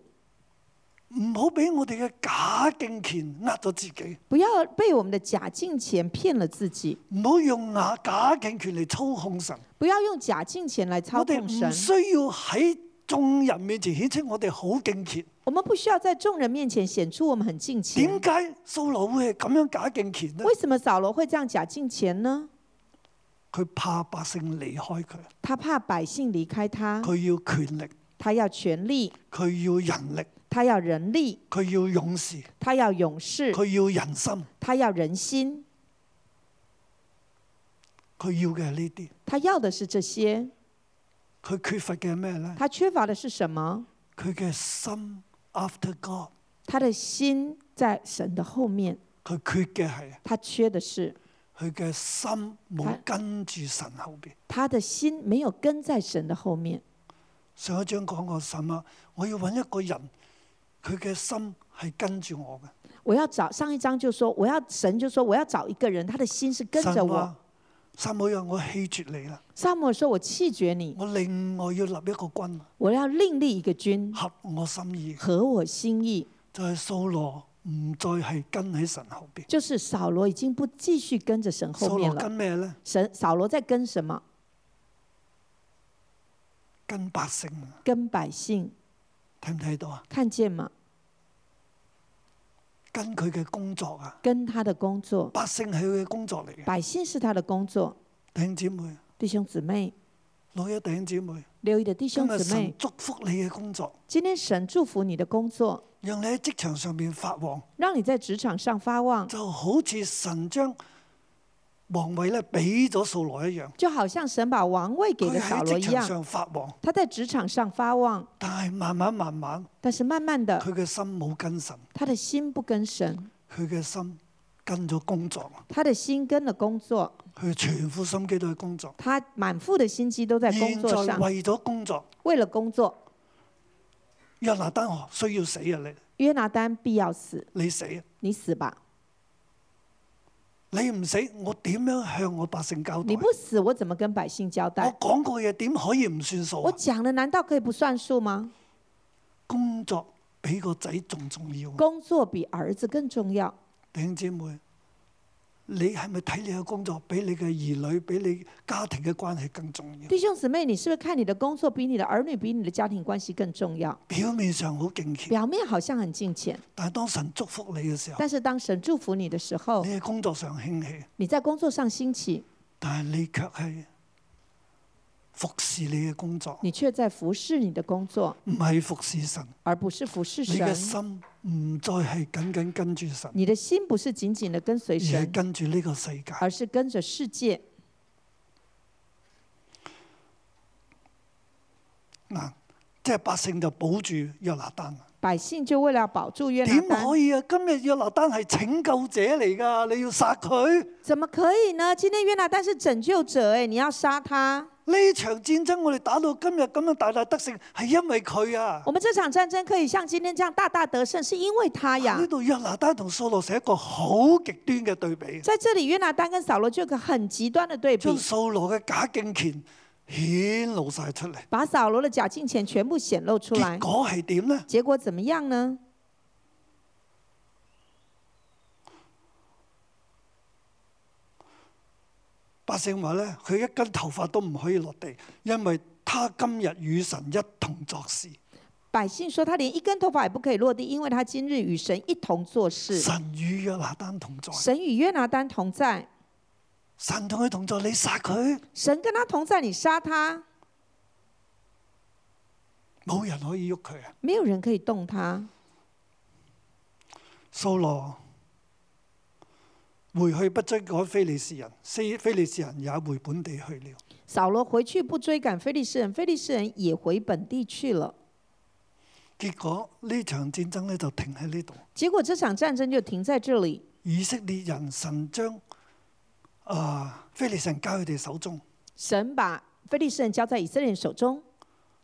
[SPEAKER 2] 唔好俾我哋嘅假敬虔呃咗自己，
[SPEAKER 4] 不要被我们的假敬虔骗了自己，
[SPEAKER 2] 唔好用假假敬虔嚟操控神。
[SPEAKER 4] 不要用假敬虔来操
[SPEAKER 2] 我哋
[SPEAKER 4] 控
[SPEAKER 2] 唔
[SPEAKER 4] 神。
[SPEAKER 2] 需要喺眾人面前顯出我哋好敬虔。
[SPEAKER 4] 我们不需要在众人面前显出我们很敬虔。
[SPEAKER 2] 點解掃羅會係咁樣假敬虔呢？
[SPEAKER 4] 为什么扫罗会这样假敬虔呢？
[SPEAKER 2] 佢怕百姓離開佢，
[SPEAKER 4] 他怕百姓离开他，
[SPEAKER 2] 佢要權力，
[SPEAKER 4] 他要权力，
[SPEAKER 2] 佢要人力，
[SPEAKER 4] 他要人力，
[SPEAKER 2] 佢要勇士，
[SPEAKER 4] 他要勇士，
[SPEAKER 2] 佢要人心，
[SPEAKER 4] 他要人心，
[SPEAKER 2] 佢要嘅係呢啲。
[SPEAKER 4] 他要的是这些。
[SPEAKER 2] 佢缺乏嘅係咩呢？
[SPEAKER 4] 他缺乏的是什么？
[SPEAKER 2] 佢嘅心 after God，
[SPEAKER 4] 他的心在神的后面，
[SPEAKER 2] 佢缺嘅係
[SPEAKER 4] 他缺的是
[SPEAKER 2] 佢嘅心冇跟住神後邊。
[SPEAKER 4] 他的心没有跟在神的后面。
[SPEAKER 2] 上一章講過神啊，我要揾一個人，佢嘅心係跟住我嘅。
[SPEAKER 4] 我要找上一章就说，我要神就说我要找一个人，他的心是跟着
[SPEAKER 2] 神
[SPEAKER 4] 我
[SPEAKER 2] 話。撒母耳，我棄絕你啦，
[SPEAKER 4] 萨母耳说：“我弃绝你，
[SPEAKER 2] 我另外要立一個君，
[SPEAKER 4] 我要另立一个君，
[SPEAKER 2] 合我心意。
[SPEAKER 4] 合我心意。”
[SPEAKER 2] 就係掃羅唔再係跟喺神後邊。
[SPEAKER 4] 就是扫罗已经不继续跟着神后
[SPEAKER 2] 掃
[SPEAKER 4] 面
[SPEAKER 2] 羅
[SPEAKER 4] 了
[SPEAKER 2] 跟。咩呢？
[SPEAKER 4] 神扫罗在跟什么？
[SPEAKER 2] 跟百姓啊，
[SPEAKER 4] 跟百姓，
[SPEAKER 2] 睇唔睇到啊？
[SPEAKER 4] 看见吗？
[SPEAKER 2] 跟佢嘅工作啊，
[SPEAKER 4] 跟他的工作，
[SPEAKER 2] 百姓係佢嘅工作嚟嘅。
[SPEAKER 4] 百姓是他的工作。
[SPEAKER 2] 弟兄姊妹，
[SPEAKER 4] 弟兄姊妹，
[SPEAKER 2] 老一弟兄姊妹，
[SPEAKER 4] 留意的弟
[SPEAKER 2] 今
[SPEAKER 4] 兄
[SPEAKER 2] 日
[SPEAKER 4] 姊
[SPEAKER 2] 神
[SPEAKER 4] 妹，
[SPEAKER 2] 祝福你嘅工作，
[SPEAKER 4] 今天神祝福你的工作，
[SPEAKER 2] 讓你喺職場上面發旺，
[SPEAKER 4] 让你在职场上发旺，
[SPEAKER 2] 就好似神將王位咧俾咗掃羅一樣。
[SPEAKER 4] 就好像神把王位给
[SPEAKER 2] 佢
[SPEAKER 4] 了
[SPEAKER 2] 喺
[SPEAKER 4] 扫罗
[SPEAKER 2] 職
[SPEAKER 4] 一
[SPEAKER 2] 場
[SPEAKER 4] 样。
[SPEAKER 2] 上發旺，
[SPEAKER 4] 他在职场上发旺，
[SPEAKER 2] 但係慢慢慢慢，
[SPEAKER 4] 但是慢慢的，
[SPEAKER 2] 佢嘅心冇跟神，
[SPEAKER 4] 他的心不跟神，
[SPEAKER 2] 佢嘅心跟咗工作，
[SPEAKER 4] 他的心跟了工作，
[SPEAKER 2] 佢全副心機都喺工作。
[SPEAKER 4] 他满腹的心机都在工
[SPEAKER 2] 現
[SPEAKER 4] 作
[SPEAKER 2] 在
[SPEAKER 4] 上，
[SPEAKER 2] 為咗工作，
[SPEAKER 4] 为了工作，
[SPEAKER 2] 約拿單需要死啊！
[SPEAKER 4] 约拿丹必要死，
[SPEAKER 2] 你你死啊！
[SPEAKER 4] 你死吧。
[SPEAKER 2] 你唔死，我點樣向我百姓交代
[SPEAKER 4] 你？不死，我怎么跟百姓交
[SPEAKER 2] 我
[SPEAKER 4] 代？
[SPEAKER 2] 講過嘢點可以唔算數
[SPEAKER 4] 我
[SPEAKER 2] 啊？
[SPEAKER 4] 讲了，难道可以不算数吗？
[SPEAKER 2] 工作比個仔仲重要啊。
[SPEAKER 4] 工作比儿子更重要。
[SPEAKER 2] 弟兄姊妹，你係咪睇你嘅工作比你嘅兒女、比你家庭嘅關係更重要？
[SPEAKER 4] 弟兄姊妹，你是不是看你的工作比你的儿女、比你的家庭关系更重要？
[SPEAKER 2] 表面上好敬虔，
[SPEAKER 4] 表面好像很敬虔，
[SPEAKER 2] 但係當神祝福你嘅時候，
[SPEAKER 4] 但是当神祝福你的时候
[SPEAKER 2] 你，喺工作上興起，
[SPEAKER 4] 你在工作上兴起，
[SPEAKER 2] 但係你卻係服侍你嘅工作，
[SPEAKER 4] 你却在服侍你的工作，
[SPEAKER 2] 唔係服侍神。
[SPEAKER 4] 而不是服侍
[SPEAKER 2] 你嘅
[SPEAKER 4] 神。
[SPEAKER 2] 心唔再係緊緊跟住神，
[SPEAKER 4] 你的心不是紧紧的跟随
[SPEAKER 2] 而係
[SPEAKER 4] 神，
[SPEAKER 2] 跟住呢個世界。
[SPEAKER 4] 而是跟着世界。
[SPEAKER 2] 硬，即係百姓就保住約拿單。
[SPEAKER 4] 百姓就為了保住約拿
[SPEAKER 2] 點
[SPEAKER 4] 單，
[SPEAKER 2] 可以啊？今日約拿單係拯救者嚟㗎，你要殺佢？
[SPEAKER 4] 怎麼可以呢？今天約拿單是拯救者，哎，你要殺他。
[SPEAKER 2] 呢場戰爭我哋打到今日咁樣大大得勝，係因為佢啊！
[SPEAKER 4] 我們這場戰爭可以像今天這樣大大得勝，是因為他哎呀
[SPEAKER 2] 呢。度約拿單同掃羅係一個好極端嘅對比，
[SPEAKER 4] 在這裡，約拿單跟掃羅就有個很極端的對比
[SPEAKER 2] 將，掃羅嘅假敬虔顯露晒出嚟。
[SPEAKER 4] 把掃羅的假敬虔全部顯露出來
[SPEAKER 2] 結。果係點呢？
[SPEAKER 4] 結果怎麼樣呢？
[SPEAKER 2] 百姓話咧，佢一根頭髮都唔可以落地，因為他今日與神一同作事，
[SPEAKER 4] 百姓說他連一根頭髮也不可以落地，因為他今日與神一同做事。
[SPEAKER 2] 神與約拿單同在，
[SPEAKER 4] 神與約拿單同在，
[SPEAKER 2] 神同佢同在，你殺佢，
[SPEAKER 4] 神跟他同在，你殺他，
[SPEAKER 2] 冇人可以喐佢啊！
[SPEAKER 4] 沒有人可以動他。
[SPEAKER 2] 掃羅回去不追趕非利士人，非非利士人也回本地去了。
[SPEAKER 4] 掃羅回去不追趕非利士人，非利士人也回本地去了。
[SPEAKER 2] 結果呢場戰爭咧就停喺呢度。
[SPEAKER 4] 結果這場戰爭就停在這裡。
[SPEAKER 2] 以色列人神將啊、非利士人交佢哋手中，
[SPEAKER 4] 神把非利士人交在以色列人手中，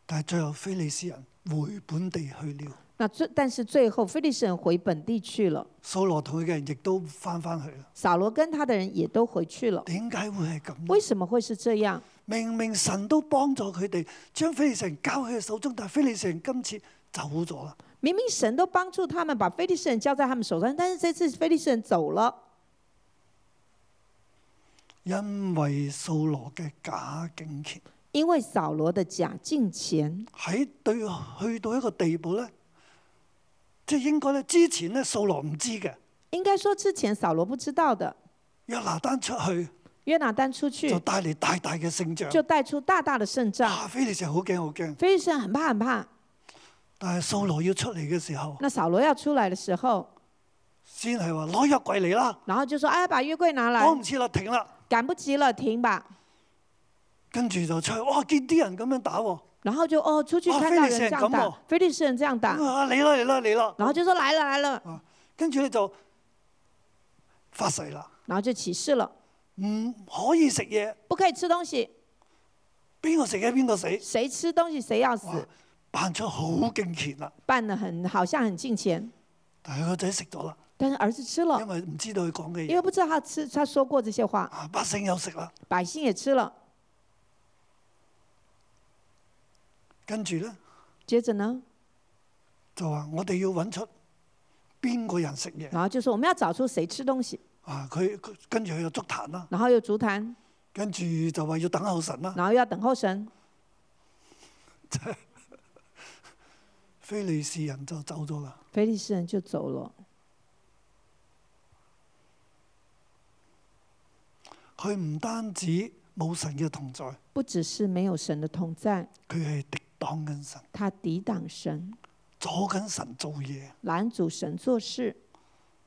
[SPEAKER 2] 但係最後非利士人回本地去了。
[SPEAKER 4] 那最但是最後非利士人回本地去了，
[SPEAKER 2] 掃羅同佢嘅人亦都翻返去啦。
[SPEAKER 4] 掃羅跟他的人也都回去了。
[SPEAKER 2] 點解會係咁呢？
[SPEAKER 4] 為什麼會是這樣？
[SPEAKER 2] 明明神都幫助佢哋，將非利士人交喺佢手中，但係非利士人今次走咗啦。
[SPEAKER 4] 明明神都幫助他們把非利士人交在他們手上，但是這次非利士人走了，
[SPEAKER 2] 因為掃羅嘅假敬虔
[SPEAKER 4] 因為掃羅的假敬虔，
[SPEAKER 2] 喺對去到一個地步咧，即係應該咧之前咧掃羅唔知嘅，
[SPEAKER 4] 應該說之前掃羅不知道的。
[SPEAKER 2] 約拿單出去
[SPEAKER 4] 約拿單出
[SPEAKER 2] 就
[SPEAKER 4] 去
[SPEAKER 2] 帶嚟大大嘅勝仗。
[SPEAKER 4] 就帶出大大的勝
[SPEAKER 2] 啊！
[SPEAKER 4] 仗，
[SPEAKER 2] 非利士人好驚好驚，
[SPEAKER 4] 非利士人很怕很怕。
[SPEAKER 2] 但係掃羅要出嚟嘅時候，
[SPEAKER 4] 那掃羅要出來的時候，
[SPEAKER 2] 先係話攞約櫃嚟啦，
[SPEAKER 4] 然後就說：“哎，把約櫃拿
[SPEAKER 2] 趕唔
[SPEAKER 4] 來，
[SPEAKER 2] 切啦，停啦。
[SPEAKER 4] 趕不及了，停吧。”
[SPEAKER 2] 跟住就出去，哇！見啲人咁樣打喎，
[SPEAKER 4] 然後就哦，出去
[SPEAKER 2] 哦
[SPEAKER 4] 看
[SPEAKER 2] 菲
[SPEAKER 4] 到
[SPEAKER 2] 利士人
[SPEAKER 4] 人这
[SPEAKER 2] 咁
[SPEAKER 4] 样打
[SPEAKER 2] 哦，
[SPEAKER 4] 菲利士人这样打
[SPEAKER 2] 咁，啊嚟啦嚟啦嚟啦，
[SPEAKER 4] 然後就說來了來了，
[SPEAKER 2] 跟住咧就發誓啦，
[SPEAKER 4] 然後就起誓了，
[SPEAKER 2] 唔可以食嘢，
[SPEAKER 4] 不可以吃東西，
[SPEAKER 2] 邊個食嘢邊個死。
[SPEAKER 4] 誰吃東西誰要
[SPEAKER 2] 哇
[SPEAKER 4] 死，！
[SPEAKER 2] 扮出好敬虔啦，
[SPEAKER 4] 辦得很好像很敬虔，
[SPEAKER 2] 但係個仔食咗啦，
[SPEAKER 4] 但是兒子吃
[SPEAKER 2] 因
[SPEAKER 4] 了，
[SPEAKER 2] 為唔知道佢講嘅
[SPEAKER 4] 哦因
[SPEAKER 2] 嘢。
[SPEAKER 4] 為不知道他吃他說過這些話，
[SPEAKER 2] 啊，百姓又食啦，
[SPEAKER 4] 百姓也吃了，
[SPEAKER 2] 跟住咧
[SPEAKER 4] 接着呢，
[SPEAKER 2] 就話我哋要揾出邊個人食嘢。
[SPEAKER 4] 然後就說我們要找出誰吃東西，
[SPEAKER 2] 啊，佢佢跟住佢就捉壇啦。
[SPEAKER 4] 然後又築壇，
[SPEAKER 2] 跟住就話要等候神啦。
[SPEAKER 4] 然後又要等候神，
[SPEAKER 2] 非利士人就走咗啦。
[SPEAKER 4] 非利士人就走了，
[SPEAKER 2] 佢唔單止冇神嘅同在，
[SPEAKER 4] 不只是沒有神的同在，
[SPEAKER 2] 佢係敵擋緊神，
[SPEAKER 4] 他抵擋神，
[SPEAKER 2] 阻緊神做嘢。
[SPEAKER 4] 攔阻神做事，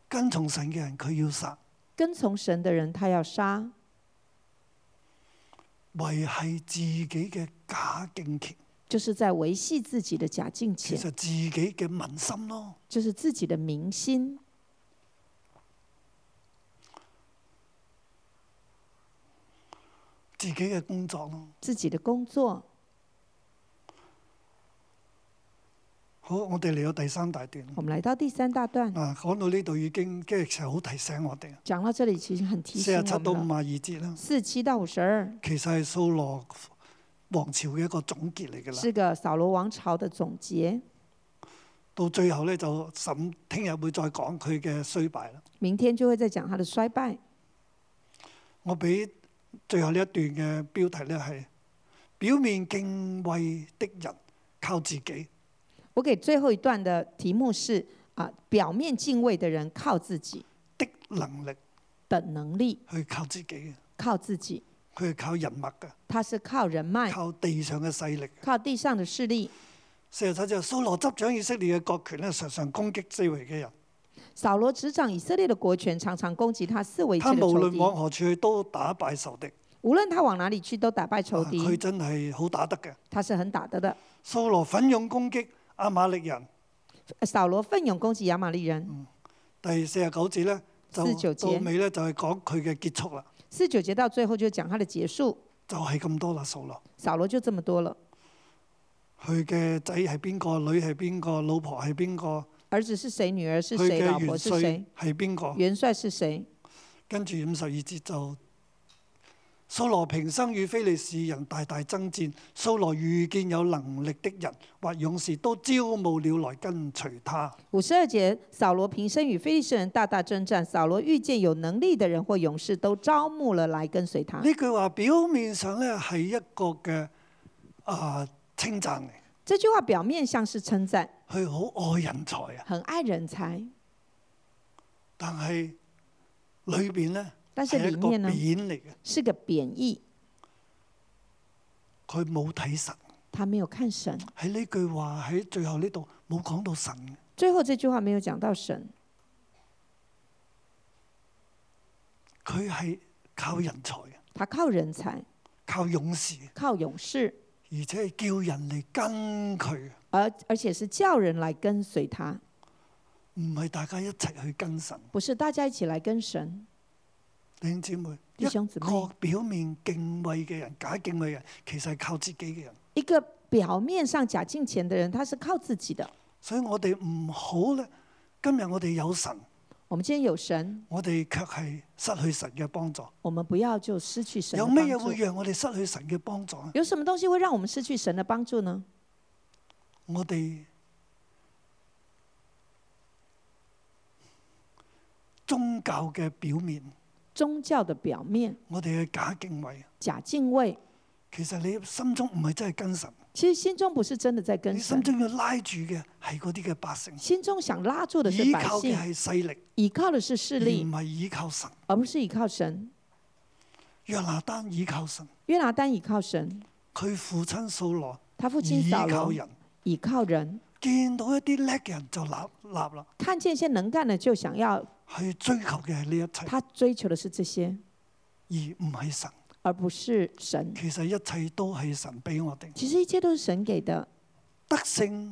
[SPEAKER 2] 跟從神嘅人佢要殺，
[SPEAKER 4] 跟從神的人他要殺。
[SPEAKER 2] 維係自己嘅假敬虔，
[SPEAKER 4] 就是在维系自己的假敬
[SPEAKER 2] 其
[SPEAKER 4] 虔
[SPEAKER 2] 實，自己嘅民心咯。
[SPEAKER 4] 就是自己的民心。
[SPEAKER 2] 自己嘅工作咯。
[SPEAKER 4] 自己的工作。
[SPEAKER 2] 好，我哋嚟到第三大段。
[SPEAKER 4] 我们来到第三大段，
[SPEAKER 2] 啊，講到呢度已經即係其實好提醒我哋，啊
[SPEAKER 4] 讲到这里其实很提
[SPEAKER 2] 四
[SPEAKER 4] 醒
[SPEAKER 2] 十七到
[SPEAKER 4] 我
[SPEAKER 2] 五
[SPEAKER 4] 们
[SPEAKER 2] 十
[SPEAKER 4] 了。
[SPEAKER 2] 二節啦，
[SPEAKER 4] 四七到五十二
[SPEAKER 2] 其實係掃羅王朝嘅一個總結嚟㗎啦。
[SPEAKER 4] 是个扫罗王朝的总结，
[SPEAKER 2] 到最後咧就審，聽日會再講佢嘅衰敗啦。
[SPEAKER 4] 明天就会再讲他的衰败。
[SPEAKER 2] 我俾最後呢一段嘅標題咧係表面敬畏的人靠自己，
[SPEAKER 4] 我给最后一段的题目是啊，表面敬畏的人靠自己
[SPEAKER 2] 的能力
[SPEAKER 4] 的能力，
[SPEAKER 2] 去靠自己嘅，
[SPEAKER 4] 靠自己，
[SPEAKER 2] 佢係靠人脈嘅，
[SPEAKER 4] 他是靠人脉，
[SPEAKER 2] 靠地上嘅勢力。
[SPEAKER 4] 靠地上的势力。
[SPEAKER 2] 四十七就蘇羅執掌以色列嘅國權咧，常常攻擊四圍嘅人。
[SPEAKER 4] 扫罗执掌以色列的国权，常常攻击他四围
[SPEAKER 2] 他
[SPEAKER 4] 之的
[SPEAKER 2] 無
[SPEAKER 4] 仇
[SPEAKER 2] 論往
[SPEAKER 4] 敌，
[SPEAKER 2] 何處去都打敗仇敵，
[SPEAKER 4] 无论他往哪里去，都打败仇
[SPEAKER 2] 啊佢
[SPEAKER 4] 敌。
[SPEAKER 2] 真係好打得嘅。
[SPEAKER 4] 他是很打得的。
[SPEAKER 2] 掃羅奮勇攻擊亞瑪力人。
[SPEAKER 4] 掃羅奋勇攻击亚玛
[SPEAKER 2] 嗯
[SPEAKER 4] 利人。
[SPEAKER 2] 第四十九節咧就
[SPEAKER 4] 49
[SPEAKER 2] 到
[SPEAKER 4] 節
[SPEAKER 2] 尾咧就係講佢嘅結束啦，
[SPEAKER 4] 四九节到最后就讲他的结束，
[SPEAKER 2] 就係、咁多啦。掃羅
[SPEAKER 4] 扫罗就这么多了。
[SPEAKER 2] 佢嘅仔係邊個，女係邊個，老婆係邊個，
[SPEAKER 4] 儿子是谁？女儿是
[SPEAKER 2] 佢
[SPEAKER 4] 谁？
[SPEAKER 2] 嘅
[SPEAKER 4] 老婆
[SPEAKER 2] 元
[SPEAKER 4] 是谁
[SPEAKER 2] 帥？係邊個？
[SPEAKER 4] 元帅是谁？
[SPEAKER 2] 跟住五十二節就掃羅平生與非利士人大大爭戰，掃羅遇見有能力的人或勇士，都招募了來跟隨他。
[SPEAKER 4] 五十二节，扫罗平生与非利士人大大征战，扫罗遇见有能力的人或勇士，都招募了来跟随他。
[SPEAKER 2] 呢句話表面上咧係一個嘅啊、稱讚嚟，
[SPEAKER 4] 这句話表面像是称赞，
[SPEAKER 2] 佢好愛人才啊，
[SPEAKER 4] 很愛人才，
[SPEAKER 2] 但係裏邊咧
[SPEAKER 4] 但是
[SPEAKER 2] 係一
[SPEAKER 4] 裡
[SPEAKER 2] 個
[SPEAKER 4] 面呢
[SPEAKER 2] 扁嚟嘅，
[SPEAKER 4] 是個貶義。
[SPEAKER 2] 佢冇睇神。
[SPEAKER 4] 他沒有看神，
[SPEAKER 2] 喺呢句話喺最後呢度冇講到神嘅，
[SPEAKER 4] 最後這句話沒有講到神，
[SPEAKER 2] 佢係靠人才嘅，
[SPEAKER 4] 他靠人才，
[SPEAKER 2] 靠勇士嘅。
[SPEAKER 4] 靠勇士，
[SPEAKER 2] 而且係叫人嚟跟佢，
[SPEAKER 4] 而而且是叫人來跟隨他，
[SPEAKER 2] 唔係大家一齊去跟神。
[SPEAKER 4] 不是大家一起來跟神。
[SPEAKER 2] 弟兄姊妹，一
[SPEAKER 4] 弟兄姊妹
[SPEAKER 2] 個表面敬畏嘅人，假敬畏嘅人，其實係靠自己嘅人。
[SPEAKER 4] 一個表面上假敬虔的人，他是靠自己的。
[SPEAKER 2] 所以我哋唔好咧。今日我哋有神，
[SPEAKER 4] 我們今天有神，
[SPEAKER 2] 我哋卻係失去神嘅幫助。
[SPEAKER 4] 我們不要就失去神的
[SPEAKER 2] 有
[SPEAKER 4] 幫
[SPEAKER 2] 咩嘢
[SPEAKER 4] 助
[SPEAKER 2] 會。讓我哋失去神嘅幫助呢？
[SPEAKER 4] 有什麼東西會讓我們失去神的幫助呢？
[SPEAKER 2] 我哋宗教嘅表面，
[SPEAKER 4] 宗教的表面
[SPEAKER 2] 我哋嘅假敬畏，
[SPEAKER 4] 假敬畏，
[SPEAKER 2] 其實你心中唔係真係跟神。
[SPEAKER 4] 其實心中不是真的在跟
[SPEAKER 2] 你
[SPEAKER 4] 神
[SPEAKER 2] 心，中要拉住嘅係嗰啲嘅百姓，
[SPEAKER 4] 心中想拉住的是
[SPEAKER 2] 依
[SPEAKER 4] 百
[SPEAKER 2] 靠嗯嘅
[SPEAKER 4] 姓，
[SPEAKER 2] 係勢力，
[SPEAKER 4] 依靠的是
[SPEAKER 2] 而
[SPEAKER 4] 势力
[SPEAKER 2] 唔，係依靠神。
[SPEAKER 4] 而不是依靠神。
[SPEAKER 2] 約拿單依靠神，
[SPEAKER 4] 约拿丹依靠神，
[SPEAKER 2] 佢父親掃羅
[SPEAKER 4] 他父亲
[SPEAKER 2] 依
[SPEAKER 4] 扫
[SPEAKER 2] 靠
[SPEAKER 4] 罗
[SPEAKER 2] 人，
[SPEAKER 4] 倚靠人，
[SPEAKER 2] 見到一啲叻嘅人就立立啦，
[SPEAKER 4] 看见一些能干的就想要，
[SPEAKER 2] 去追求嘅係呢
[SPEAKER 4] 他追求的是这些，
[SPEAKER 2] 一切，而唔係神。
[SPEAKER 4] 而不是神。
[SPEAKER 2] 其實一切都係神俾我哋，
[SPEAKER 4] 其實一切都是神給的，
[SPEAKER 2] 得勝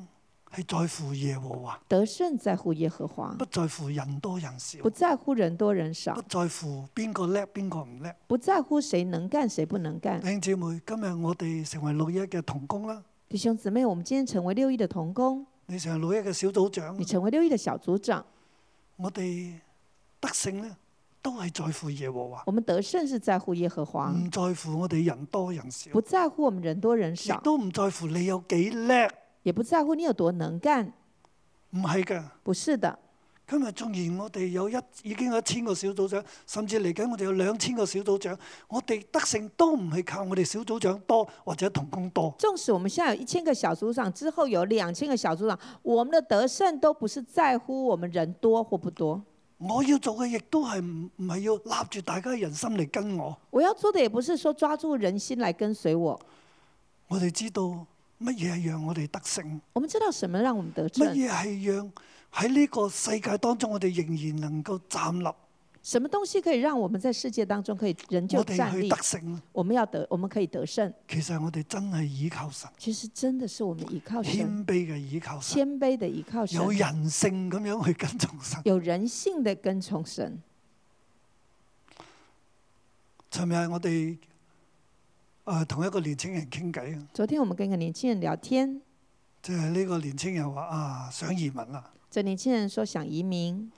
[SPEAKER 2] 係在乎耶和華，
[SPEAKER 4] 得胜在乎耶和华
[SPEAKER 2] 不，在乎人多人少，
[SPEAKER 4] 不在乎人多人
[SPEAKER 2] 不
[SPEAKER 4] 少，
[SPEAKER 2] 在乎邊個叻邊個唔叻。
[SPEAKER 4] 不在乎谁能干谁不能干
[SPEAKER 2] 弟。兄姊妹，今日我哋成為六一嘅童工啦，
[SPEAKER 4] 弟兄姊妹，我們今天成為六一的童工，
[SPEAKER 2] 你成為六一嘅小組長
[SPEAKER 4] 你。成为六一的小组长，
[SPEAKER 2] 我哋得勝呢，都係在乎耶和華，
[SPEAKER 4] 我们得胜是在乎耶和华，
[SPEAKER 2] 唔在乎我哋人多人少，
[SPEAKER 4] 嗯不在乎我们人多人
[SPEAKER 2] 亦
[SPEAKER 4] 少，
[SPEAKER 2] 都唔在乎你有幾叻，
[SPEAKER 4] 也不在乎你有多能干。
[SPEAKER 2] 唔係㗎。
[SPEAKER 4] 不是的，
[SPEAKER 2] 今日縱然我哋有一已經有一千個小組長，甚至嚟緊我哋有兩千個小組長，我哋得勝都唔係靠我哋小組長多或者同工多，
[SPEAKER 4] 纵使我们现在有一千个小组长，之后有两千个小组长，我们的得胜都不是在乎我们人多或不多。
[SPEAKER 2] 我要做嘅亦都係唔唔係要立住大家人心嚟跟我。
[SPEAKER 4] 我要做的也不是说抓住人心来跟随我。
[SPEAKER 2] 我哋知道乜嘢係讓我哋得勝，
[SPEAKER 4] 我们知道什么让我们得
[SPEAKER 2] 乜
[SPEAKER 4] 胜，
[SPEAKER 2] 嘢係讓喺呢個世界當中我哋仍然能夠站立。
[SPEAKER 4] 什么东西可以让我们在世界当中可以仍旧
[SPEAKER 2] 我哋
[SPEAKER 4] 站
[SPEAKER 2] 去
[SPEAKER 4] 立
[SPEAKER 2] 得。勝，
[SPEAKER 4] 我们要得，我们可以得胜。
[SPEAKER 2] 其實我哋真係倚靠神，
[SPEAKER 4] 其实真的是我们依靠神，
[SPEAKER 2] 謙卑嘅倚靠神，
[SPEAKER 4] 谦卑的依靠神
[SPEAKER 2] 有，人性咁樣去跟從神。
[SPEAKER 4] 有人性的跟从神。
[SPEAKER 2] 尋日我哋誒同一個年青人傾偈啊，
[SPEAKER 4] 昨天我们跟一个年轻人聊天，
[SPEAKER 2] 即係呢個年青人話啊想移民啦，
[SPEAKER 4] 这年轻人说想移民，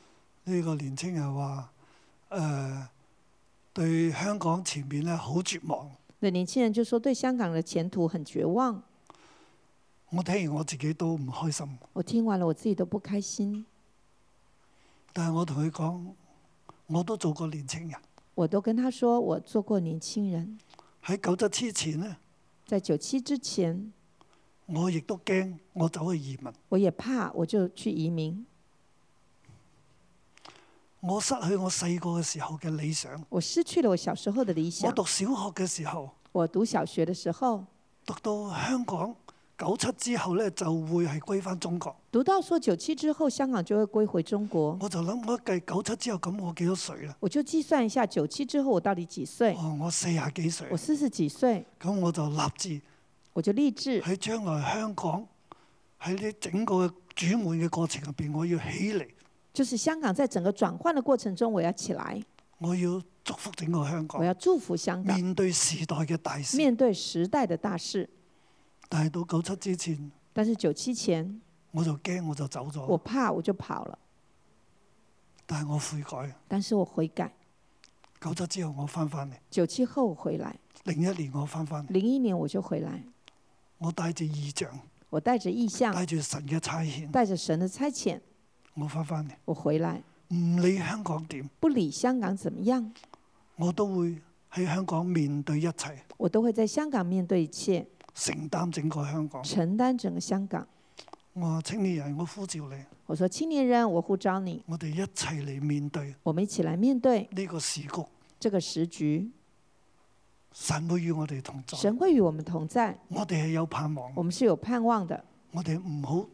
[SPEAKER 2] 呢、個年青人話誒、呃、對香港前面咧好絕望。
[SPEAKER 4] 那年轻人就说对香港的前途很绝望。
[SPEAKER 2] 我聽完我自己都唔開心，
[SPEAKER 4] 我听完了，我自己都不开心。
[SPEAKER 2] 但係我同佢講，我都做過年青人。
[SPEAKER 4] 我都跟他说，我做过年轻人，
[SPEAKER 2] 喺九七之前呢，
[SPEAKER 4] 在九七之前，
[SPEAKER 2] 我亦都驚我走去移民，
[SPEAKER 4] 我也怕，我就去移民。
[SPEAKER 2] 我失去我細個嘅時候嘅理想。
[SPEAKER 4] 我失去了我小时候的理
[SPEAKER 2] 我
[SPEAKER 4] 想。
[SPEAKER 2] 讀小學嘅時候，
[SPEAKER 4] 我读小學的时候，
[SPEAKER 2] 讀到香港九七之後呢，就會係歸翻中國。
[SPEAKER 4] 读到说九七之后香港就会归回中国，
[SPEAKER 2] 我就諗，我一計九七之後，咁我幾多歲啦？
[SPEAKER 4] 我就计算一下九七之后我到底几岁。
[SPEAKER 2] 哦，我四廿幾歲
[SPEAKER 4] 我，四十几岁，
[SPEAKER 2] 咁我就立志
[SPEAKER 4] 我就立志
[SPEAKER 2] 喺將來香港喺呢整個轉換嘅過程入邊，我要起嚟，
[SPEAKER 4] 就是香港在整个转换的过程中，我要起来，
[SPEAKER 2] 我要祝福整個香
[SPEAKER 4] 我
[SPEAKER 2] 港，
[SPEAKER 4] 要祝福香港，
[SPEAKER 2] 面對時代嘅大事。
[SPEAKER 4] 面对时代的大事。
[SPEAKER 2] 但係到九七之前，
[SPEAKER 4] 但是九七前，
[SPEAKER 2] 我就驚我就走
[SPEAKER 4] 我
[SPEAKER 2] 咗，
[SPEAKER 4] 怕我就跑了，
[SPEAKER 2] 但係我悔改。
[SPEAKER 4] 但是我悔改。
[SPEAKER 2] 九七之後我翻返嚟，
[SPEAKER 4] 九七後我回来，
[SPEAKER 2] 零一年我翻返嚟，
[SPEAKER 4] 零一年我就回来，
[SPEAKER 2] 我帶住異象，
[SPEAKER 4] 我带着意向，
[SPEAKER 2] 帶住神嘅差遣，
[SPEAKER 4] 带着神的差遣，
[SPEAKER 2] 我翻返嚟，
[SPEAKER 4] 我回来，
[SPEAKER 2] 唔理香港點，
[SPEAKER 4] 不理香港怎么样，
[SPEAKER 2] 我都會喺香港面對一切，
[SPEAKER 4] 我都会在香港面对一切，
[SPEAKER 2] 承擔整個香港。
[SPEAKER 4] 承担整个香港。
[SPEAKER 2] 我話青年人，我呼召你，
[SPEAKER 4] 我说青年人，我呼召你，
[SPEAKER 2] 我哋一齊嚟面對
[SPEAKER 4] 我们一起来面对
[SPEAKER 2] 呢個時局。
[SPEAKER 4] 这个时局，
[SPEAKER 2] 神會與我哋同在，
[SPEAKER 4] 神会与我们同在，
[SPEAKER 2] 我哋係有盼望
[SPEAKER 4] 我，们是有盼望的，
[SPEAKER 2] 我哋唔好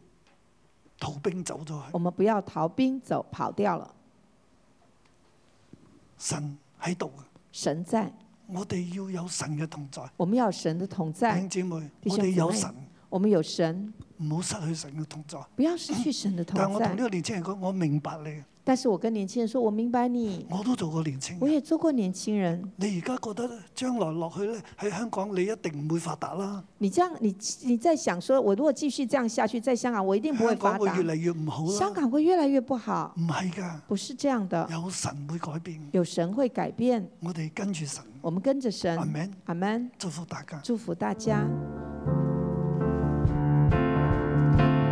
[SPEAKER 2] 逃兵走咗去。
[SPEAKER 4] 我们不要逃兵走跑掉了，
[SPEAKER 2] 神喺度嘅，
[SPEAKER 4] 神在，
[SPEAKER 2] 我哋要有神嘅同在。
[SPEAKER 4] 我们要神的同
[SPEAKER 2] 弟
[SPEAKER 4] 在
[SPEAKER 2] 兄，姊妹，我
[SPEAKER 4] 弟
[SPEAKER 2] 哋
[SPEAKER 4] 兄姊妹
[SPEAKER 2] 有神，
[SPEAKER 4] 我们有神，
[SPEAKER 2] 唔好失去神嘅同在。
[SPEAKER 4] 不要失去神的
[SPEAKER 2] 但
[SPEAKER 4] 同
[SPEAKER 2] 我同呢
[SPEAKER 4] 在。
[SPEAKER 2] 個年青人講，我明白你，
[SPEAKER 4] 但是我跟年轻人说，我明白你，
[SPEAKER 2] 我都做過年青
[SPEAKER 4] 我
[SPEAKER 2] 人。
[SPEAKER 4] 也做过年轻人，
[SPEAKER 2] 你而家覺得將來落去咧，喺香港你一定唔會發達啦，
[SPEAKER 4] 你这样，你你在想说，我如果继续这样下去，在香港我一定不会
[SPEAKER 2] 香
[SPEAKER 4] 发
[SPEAKER 2] 港會
[SPEAKER 4] 达
[SPEAKER 2] 越，嚟越唔好
[SPEAKER 4] 香
[SPEAKER 2] 啦。
[SPEAKER 4] 港会越来越不好，
[SPEAKER 2] 唔係㗎，
[SPEAKER 4] 不是这样的，
[SPEAKER 2] 有神會改變，
[SPEAKER 4] 有神会改变，
[SPEAKER 2] 我哋跟住神。
[SPEAKER 4] 我们跟着神
[SPEAKER 2] 阿，門，
[SPEAKER 4] 阿门，
[SPEAKER 2] 祝福大家。
[SPEAKER 4] 祝福大家。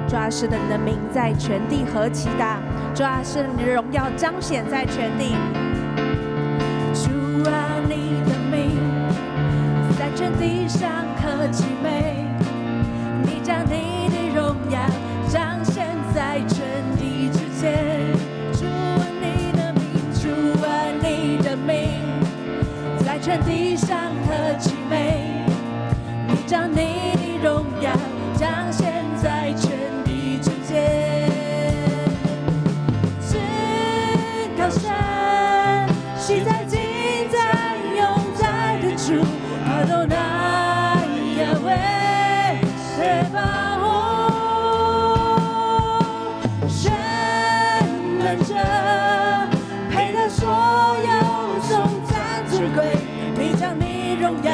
[SPEAKER 5] 主啊，是的，你的名在全地何其大！主啊，是的，你的荣耀彰显在全地。主啊，你的名在全地上何其美！你将你的荣耀彰显在全地之间。主啊，你的名，主啊，你的名在全地上何其美！你将你的荣耀彰显在全地之间。至高神，昔在今在永在的主，阿多奈亚维，谁把我神能者，配得所有颂赞尊贵。你将你荣耀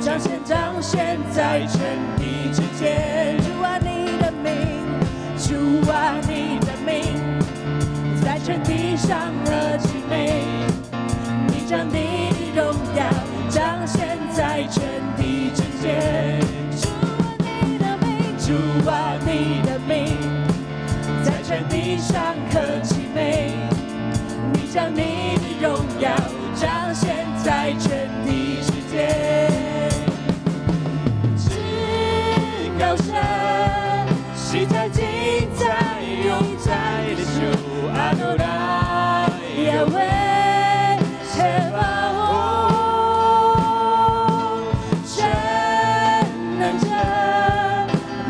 [SPEAKER 5] 彰显彰显在全地之间。主啊，你的名，主啊，你的名，在全地上何其美！你将你的荣耀彰显在全地之间。主啊，你的名，主啊，你的名，在全地上何其美！你将你的荣耀彰显在全地之间。至高神，昔在今在永在的主，阿多拉耶维，千万我神能者，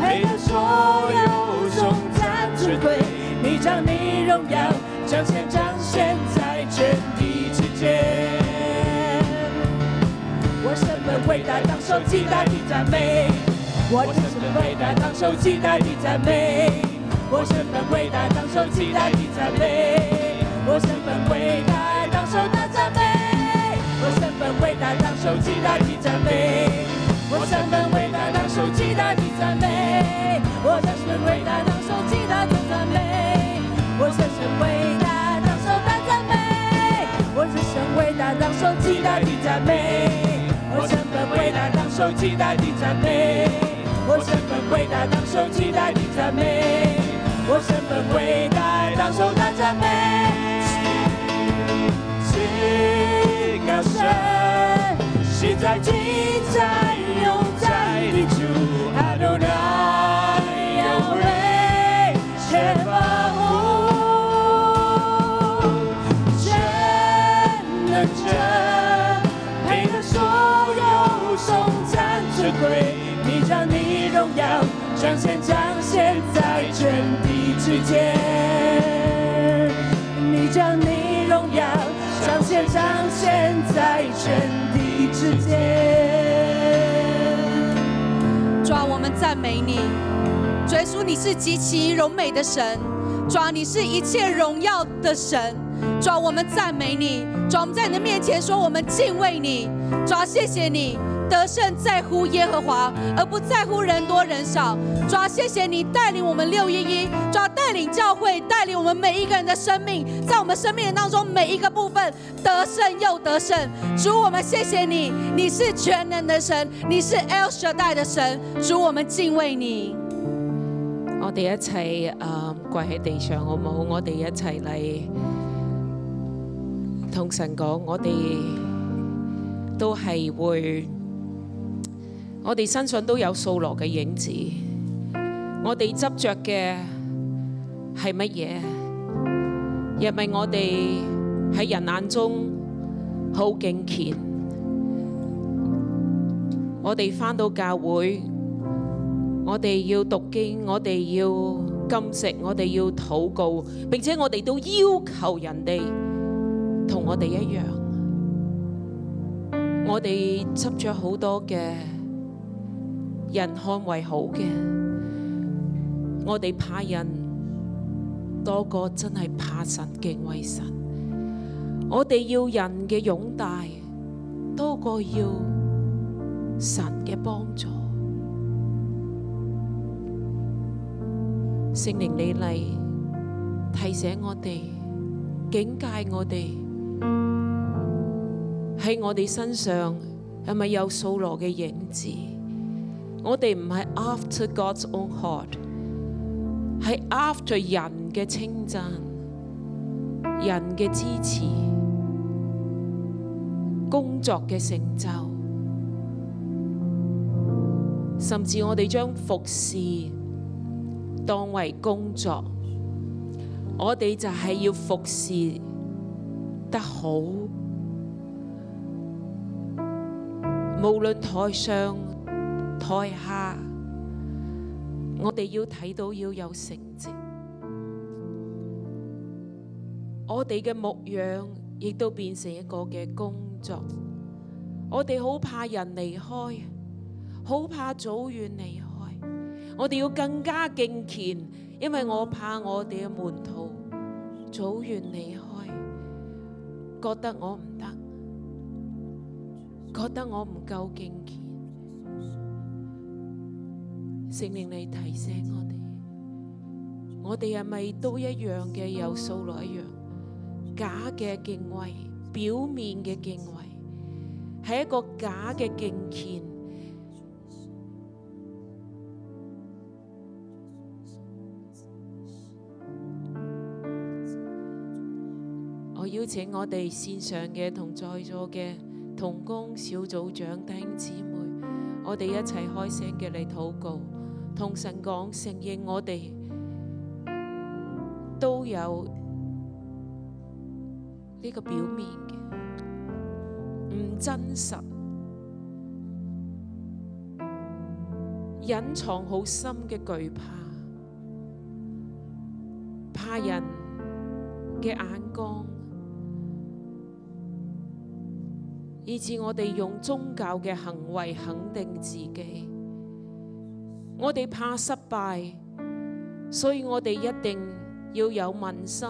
[SPEAKER 5] 配得所有颂赞尊贵。你将你荣耀彰显彰显在全地之间。我身为伟大，当受极大的赞美。我的身份伟大，当受极大的赞美。我身份伟大，当受极大的赞美。我身份伟大，当受大赞美。我身份伟大，当受极大的赞美。我身份伟大，当受极大的赞美。我身份伟大，当受极大的赞美。我身份伟大，当受大赞美。我只身伟大，当受极大的赞美。我身份伟大，当受极大的赞美。我身份伟大，当受极大的赞美。我身份伟大，当受大赞美。至高神，实在精在永在的主，阿多奈亚维，千万呼。神能者，配得所有颂赞尊贵。你将你荣耀彰显彰显在全地之间。你将你荣耀彰显彰显在全地之间。主
[SPEAKER 6] 啊赞美你。主耶稣，你是极其荣美的神，主啊，你是一切荣耀的神。主啊，我们赞美你，主啊，我们在你的面前说，我们敬畏你。主啊，谢谢你，得胜在乎耶和华，而不在乎人多人少。主啊，谢谢你带领我们六一一，主啊，带领教会，带领我们每一个人的生命，在我们生命当中每一个部分得胜又得胜。主，我们谢谢你，你是全能的神，你是 El Shaddai 的神。主，我们敬畏你。
[SPEAKER 7] 我哋一齊誒、呃跪喺地上好冇？我哋一齊嚟同神講，我哋都係會，我哋身上都有掃羅嘅影子。我哋執着嘅係乜嘢？亦咪我哋喺人眼中好敬虔。我哋翻到教會。我哋要讀經，我哋要禁食，我哋要禱告，並且我哋都要求人哋同我哋一樣。我哋執着好多嘅人看為好嘅，我哋怕人多過真係怕神敬畏神。我哋要人嘅擁戴多過要神嘅幫助。聖靈你嚟提醒我哋，警戒我哋喺我哋身上係咪有掃羅嘅影子？我哋唔係 after God's own heart，係 after 人嘅稱讚、人嘅支持、工作嘅成就，甚至我哋將服侍。當為工作，我哋就係要服侍得好，無論台上台下，我哋要睇到要有成績。我哋嘅牧養亦都變成一個嘅工作，我哋好怕人離開，好怕組員離開。我哋要更加敬虔，因為我怕我哋嘅門徒早遠離開，覺得我唔得，覺得我唔夠敬虔。聖靈你提醒我哋，我哋係咪都一樣嘅有數來一樣假嘅敬畏，表面嘅敬畏，係一個假嘅敬虔。我邀請我哋線上嘅同在座嘅同工小組長弟兄姊妹，我哋一齊開聲嘅嚟禱告，同神講承認我哋都有呢個表面嘅唔真實，隱藏好深嘅懼怕，怕人嘅眼光。以致我哋用宗教嘅行為肯定自己。我哋怕失敗，所以我哋一定要有民心，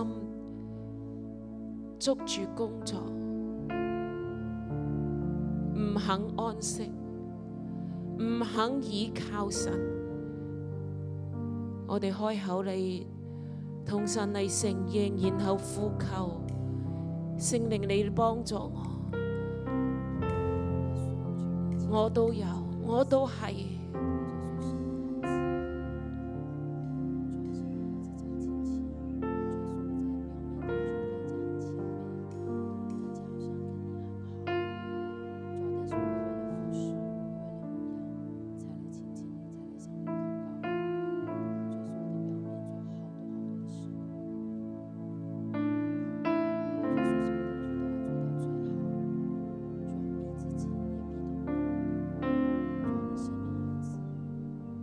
[SPEAKER 7] 捉住工作，唔肯安息，唔肯倚靠神。我哋開口嚟同神嚟承認，然後呼求聖靈，你幫助我。我都有，我都係。
[SPEAKER 8] 装逼自己，也逼懂，装的生命。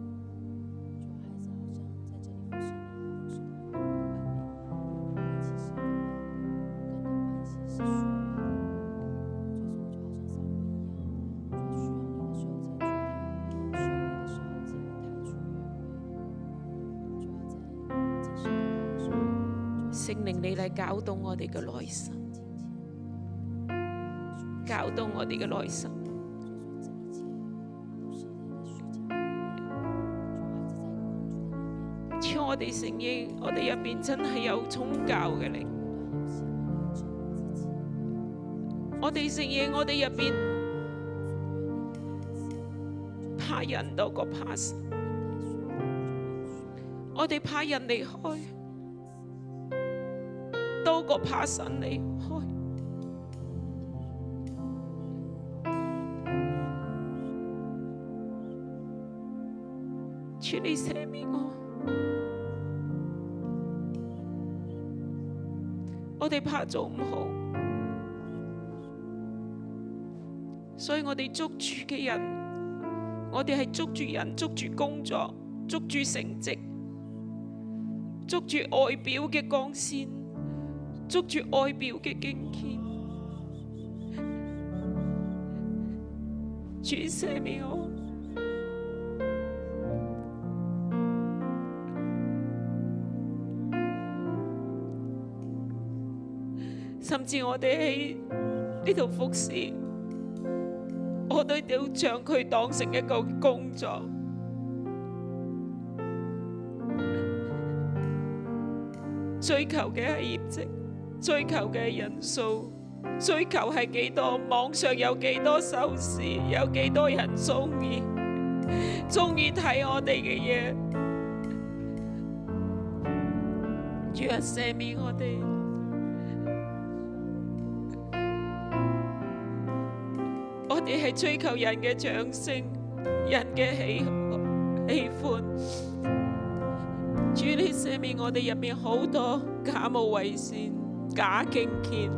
[SPEAKER 7] 聖靈你嚟搞動我哋嘅內心，搞動我哋嘅內心。主，我哋承認，我哋入邊真係有宗教嘅靈。我哋承認，我哋入邊怕人多過怕神。我哋怕人離開，多過怕神離開。主你赦免我，我哋怕做唔好，所以我哋捉住嘅人，我哋係捉住人，捉住工作，捉住成績，捉住外表嘅光鮮，捉住外表嘅敬虔。主赦免我。甚至我哋喺呢度服侍，我哋都將佢當成一個工作。追求嘅係業績，追求嘅係人數，追求係幾多？網上有幾多收視，有幾多人中意，中意睇我哋嘅嘢。主啊，赦免我哋。我哋係追求人嘅掌聲，人嘅喜喜歡。主你赦免我哋入面好多假冒為善、假敬虔、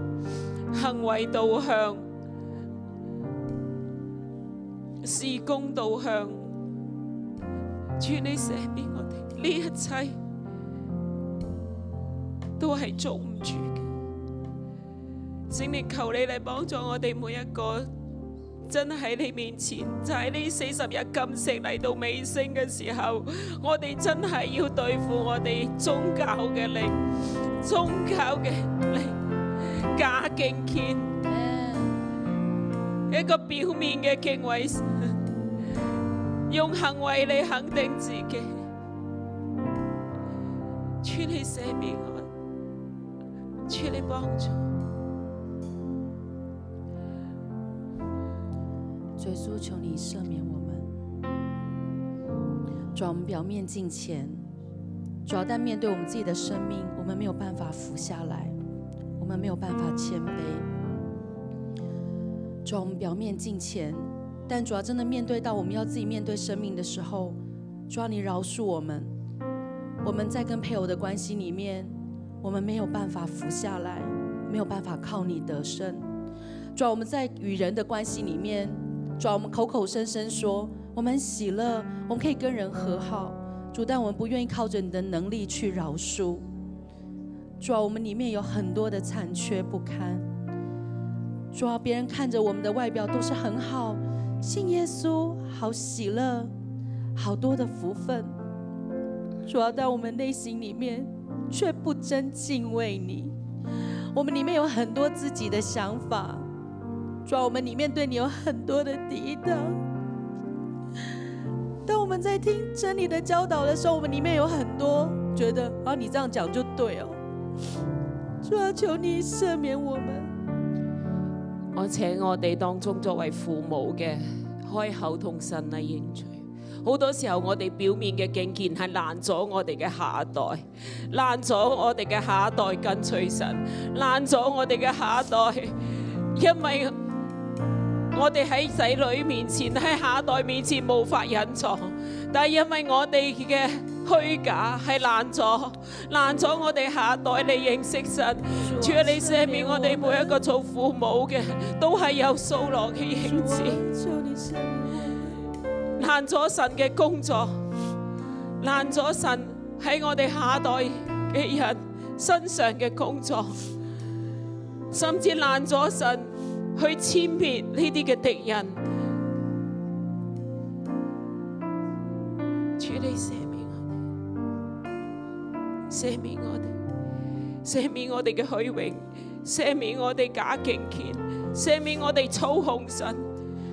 [SPEAKER 7] 行為導向、事工導向。主你赦免我哋呢一切，都係捉唔住嘅。聖靈求你嚟幫助我哋每一個。真喺你面前，就喺呢四十日禁食嚟到尾聲嘅時候，我哋真係要對付我哋宗教嘅力，宗教嘅力假敬虔，一個表面嘅敬畏神，用行為嚟肯定自己。主你赦免我，主你幫助我。
[SPEAKER 8] 主耶稣，求你赦免我们。主啊，我们表面敬虔，主啊，但面对我们自己的生命，我们没有办法俯下来，我们没有办法谦卑。主啊，我们表面敬虔，但主啊，真的面对到我们要自己面对生命的时候，主啊，你饶恕我们。我们在跟配偶的关系里面，我们没有办法俯下来，没有办法靠你得胜。主啊，我们在与人的关系里面，主啊，我们口口声声说我们很喜乐，我们可以跟人和好，主，但我们不愿意靠着你的能力去饶恕。主啊，我们里面有很多的残缺不堪。主啊，别人看着我们的外表都是很好，信耶稣好喜乐，好多的福分。主啊，但我们内心里面却不真敬畏你，我们里面有很多自己的想法，主啊，我们里面对你有很多的抵挡。当我们在听真理的教导的时候，我们里面有很多觉得啊，你这样讲就对哦。主啊，求你赦免我们。
[SPEAKER 7] 我請我哋當中作為父母嘅開口同神嚟認罪。好多時候我哋表面嘅敬虔係攔咗我哋嘅下一代，攔咗我哋嘅下一代跟隨神，攔咗我哋嘅下一代，因為我哋喺仔女面前，喺下一代面前無法隱藏，但係因為我哋嘅虛假係攔咗，攔咗我哋下一代嚟認識神。主啊，你赦免我哋每一個做父母嘅，都係有掃羅嘅影子，
[SPEAKER 8] 求你赦免我们。
[SPEAKER 7] 攔咗神嘅工作，攔咗神喺我哋下一代嘅人身上嘅工作，甚至攔咗神去殲滅呢啲嘅敵人。主，你赦免我哋，赦免我哋。赦免我哋嘅虚荣，赦免我哋假敬虔，赦免我哋操控神。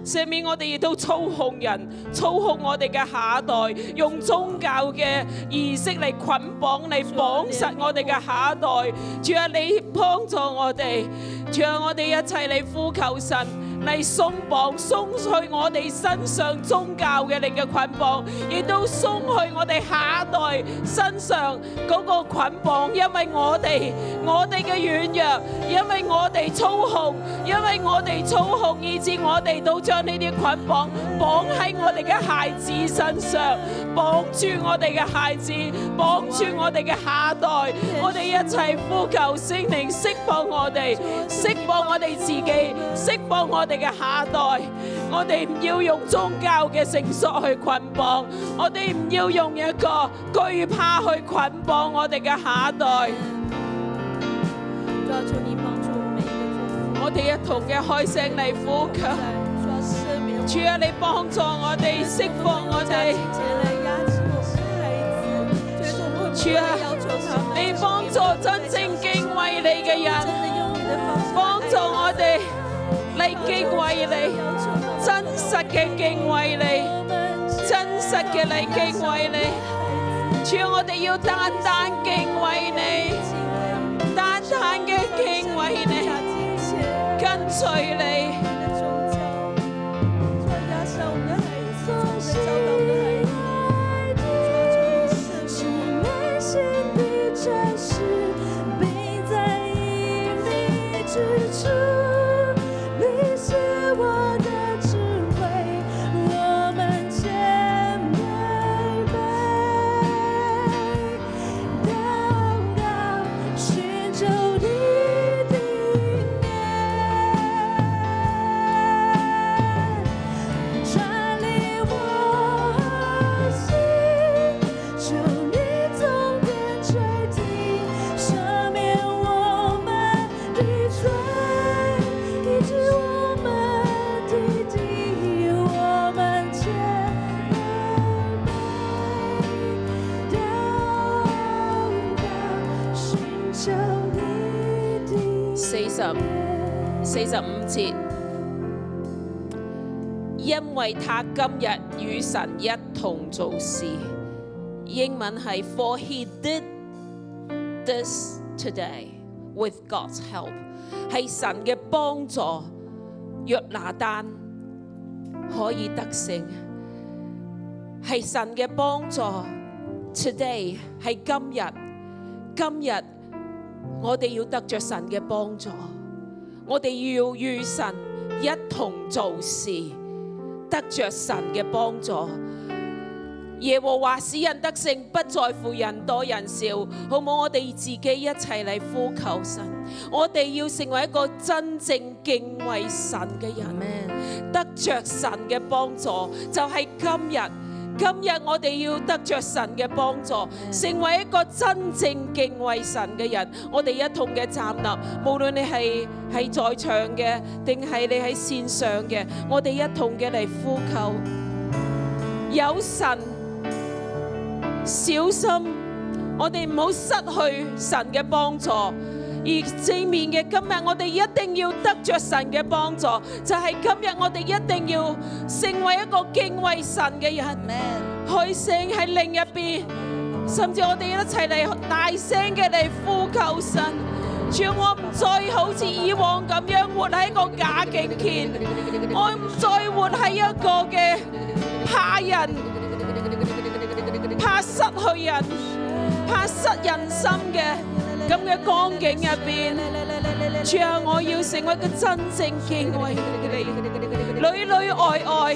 [SPEAKER 7] 赦免我哋亦都操控人，操控我哋嘅下一代，用宗教嘅儀式嚟捆綁嚟綁實我哋嘅下一代。主啊，你幫助我哋，主啊，我哋一齊嚟呼求神。嚟鬆綁、鬆去我哋身上宗教嘅力嘅捆綁，亦都鬆去我哋下一代身上嗰個捆綁，因為我哋我哋嘅軟弱，因為我哋操控，因為我哋操控，以致我哋都將呢啲捆綁綁喺我哋嘅孩子身上，綁住我哋嘅孩子，綁住我哋嘅下一代，我哋一齊呼求聖靈釋放我哋，釋放我哋自己，釋放我哋嘅下一代。我哋唔要用宗教嘅繩索去捆綁，我哋唔要用一個懼怕去捆綁我哋嘅下一代。
[SPEAKER 5] 主啊，求你帮助我每一个做父母
[SPEAKER 7] 我哋一同嘅開聲嚟呼
[SPEAKER 5] 的
[SPEAKER 7] 求，
[SPEAKER 5] 主啊，赦免我们。
[SPEAKER 7] 主啊，你幫助我哋，釋放我哋，
[SPEAKER 5] 主啊，你
[SPEAKER 7] 你幫
[SPEAKER 5] 幫
[SPEAKER 7] 助
[SPEAKER 5] 助真
[SPEAKER 7] 真正
[SPEAKER 5] 正敬
[SPEAKER 7] 敬
[SPEAKER 5] 畏
[SPEAKER 7] 畏你
[SPEAKER 5] 你
[SPEAKER 7] 嘅
[SPEAKER 5] 嘅人
[SPEAKER 7] 人，，幫
[SPEAKER 5] 幫
[SPEAKER 7] 助
[SPEAKER 5] 助我
[SPEAKER 7] 我哋嚟敬
[SPEAKER 5] 敬畏
[SPEAKER 7] 畏你
[SPEAKER 5] 你，，
[SPEAKER 7] 真
[SPEAKER 5] 真
[SPEAKER 7] 實
[SPEAKER 5] 實
[SPEAKER 7] 嘅
[SPEAKER 5] 嘅
[SPEAKER 7] 敬
[SPEAKER 5] 敬
[SPEAKER 7] 畏
[SPEAKER 5] 畏
[SPEAKER 7] 你，
[SPEAKER 5] 你，
[SPEAKER 7] 真
[SPEAKER 5] 真
[SPEAKER 7] 實
[SPEAKER 5] 實
[SPEAKER 7] 嘅
[SPEAKER 5] 嘅
[SPEAKER 7] 嚟
[SPEAKER 5] 嚟
[SPEAKER 7] 敬
[SPEAKER 5] 敬
[SPEAKER 7] 畏
[SPEAKER 5] 畏
[SPEAKER 7] 你
[SPEAKER 5] 你，
[SPEAKER 7] 主啊，我哋要單單敬畏你，單單嘅敬畏你，跟隨你。
[SPEAKER 8] 啊啊
[SPEAKER 5] 是内心的真实，并在隐秘之处。你是我的智慧，我们谦卑被祷告，寻求你的面。传领我心，求你从天垂听，赦免我们的罪，医治我们的地，我们谦卑祷告，寻求你的面。
[SPEAKER 7] 四十四十五節，因為他今日與神一同做事。英文係 For he did this today with God's help，係神嘅幫助，約拿單可以得勝，係神嘅幫助。Today 係今日，今日。我哋要得着神嘅幫助，我哋要與神一同做事，得着神嘅幫助。耶和華使人得勝，不在乎人多人少，好唔好？我哋自己一齊嚟呼求神，我哋要成為一個真正敬畏神嘅人。得着神嘅幫助，就係、今日。今日我哋要得着神嘅幫助，成為一個真正敬畏神嘅人。我哋一同嘅站立，無論你係係在場嘅，定係你喺線上嘅，我哋一同嘅嚟呼求。有神，小心我哋唔好失去神嘅幫助。而正面嘅今日，我哋一定要得着神嘅幫助，就係、今日我哋一定要成為一個敬畏神嘅人。去聲喺另一邊，甚至我哋一齊嚟大聲嘅嚟呼求神。主，我唔再好似以往咁樣活喺一個假境前，我唔再活喺一個嘅怕人、怕失去人、怕失人心嘅咁嘅光景入邊。主啊，我要成為一個真正敬畏你，裏裏外外。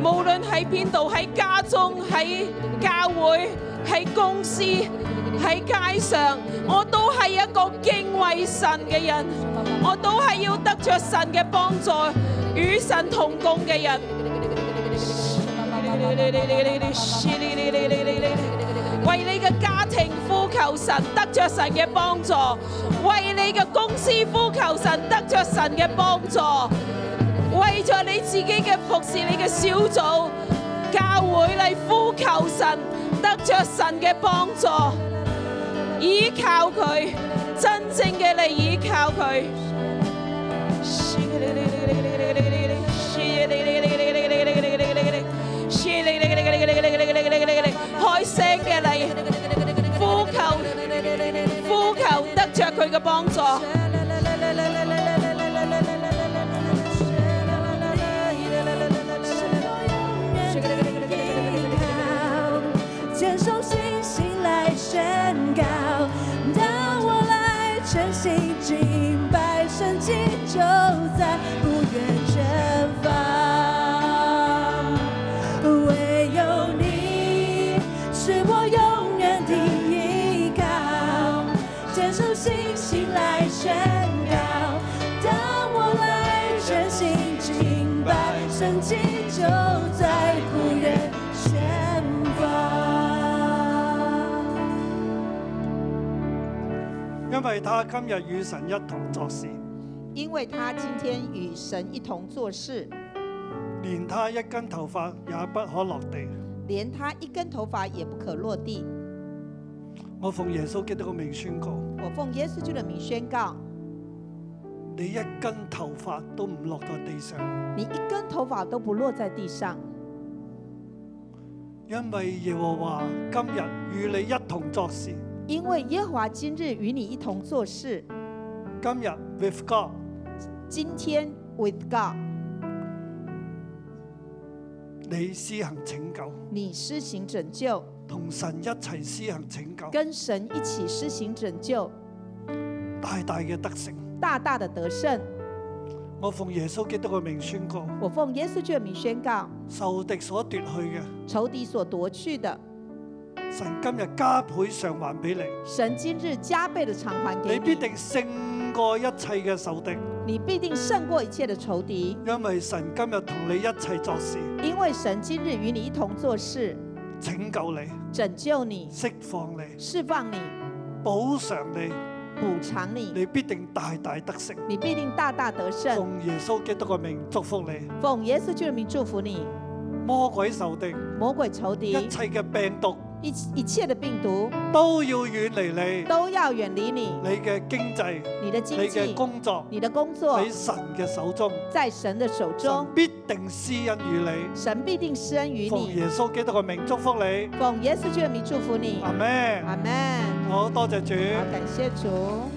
[SPEAKER 7] 無論喺邊度，喺家中、喺教會、喺公司、喺街上，我都係一個敬畏神嘅人，我都係要得着神嘅幫助，與神同工嘅人。為你嘅家庭呼求神得着神嘅幫助，為你嘅公司呼求神得着神嘅幫助。为咗你自己嘅服侍，你嘅小组、教会嚟呼求神，得着神嘅帮助。依靠佢，真正嘅嚟依靠佢。开声嘅你，呼求，呼求得着佢嘅帮助。
[SPEAKER 5] 接受信心来宣告，当我来全心敬拜，神迹就在不远前方。唯有你是我永远的依靠，接受信心来宣告，当我来全心敬拜，神迹就在不远前方。
[SPEAKER 2] 因為他今日與神一同作事，
[SPEAKER 4] 因为他今天与神一同做事，
[SPEAKER 2] 連他一根頭髮也不可落地。
[SPEAKER 4] 连他一根头发也不可落地。
[SPEAKER 2] 我奉耶穌基督嘅名宣告：
[SPEAKER 4] 我奉耶稣基督的名宣告，
[SPEAKER 2] 你一根頭髮都唔落到地上，
[SPEAKER 4] 你一根头发都不落在地上，
[SPEAKER 2] 因為耶和華今日與你一同作事。
[SPEAKER 4] 因为耶和华今日与你一同做事。
[SPEAKER 2] 今日 with God，
[SPEAKER 4] 今天 with God，
[SPEAKER 2] 你施行拯救，
[SPEAKER 4] 你施行拯救，
[SPEAKER 2] 同神一齊施行拯救，
[SPEAKER 4] 跟神一起施行拯救，
[SPEAKER 2] 大大嘅得勝。
[SPEAKER 4] 大大的得胜。
[SPEAKER 2] 我奉耶穌基督嘅名宣告：
[SPEAKER 4] 我奉耶稣基督的名宣告，
[SPEAKER 2] 仇敵所奪去嘅，
[SPEAKER 4] 仇敌所夺去的，
[SPEAKER 2] 神今日加倍償還俾你。
[SPEAKER 4] 神今日加倍的偿还给
[SPEAKER 2] 你
[SPEAKER 4] 你。
[SPEAKER 2] 必定勝過一切嘅仇敵，
[SPEAKER 4] 你必定胜过一切的仇敌，
[SPEAKER 2] 因為神今日同你一齊作事，
[SPEAKER 4] 因为神今日与你一同做事，
[SPEAKER 2] 拯救你、
[SPEAKER 4] 拯救你，
[SPEAKER 2] 釋放你、
[SPEAKER 4] 释放你，
[SPEAKER 2] 補償你，
[SPEAKER 4] 补偿你，
[SPEAKER 2] 你必定大大得勝。
[SPEAKER 4] 你必定大大得胜。
[SPEAKER 2] 奉耶穌基督嘅名祝福你，
[SPEAKER 4] 奉耶稣基督的名祝福你，
[SPEAKER 2] 魔鬼仇敵、
[SPEAKER 4] 魔鬼仇敌，
[SPEAKER 2] 一切嘅病毒
[SPEAKER 4] 一一切的病毒
[SPEAKER 2] 都要遠離你，
[SPEAKER 4] 都要远离你，
[SPEAKER 2] 你嘅經濟、
[SPEAKER 4] 你的
[SPEAKER 2] 你
[SPEAKER 4] 经济
[SPEAKER 2] 嘅、工作
[SPEAKER 4] 你的工作
[SPEAKER 2] 喺神嘅手中，
[SPEAKER 4] 在神的手中
[SPEAKER 2] 神，必定施恩與你。
[SPEAKER 4] 神必定施恩于
[SPEAKER 2] 奉
[SPEAKER 4] 你。
[SPEAKER 2] 耶穌基督嘅名祝福你，
[SPEAKER 4] 奉耶稣基督的名祝福你，
[SPEAKER 2] 阿咩？
[SPEAKER 4] 阿门。
[SPEAKER 2] 好多謝主。
[SPEAKER 4] 好，感谢主。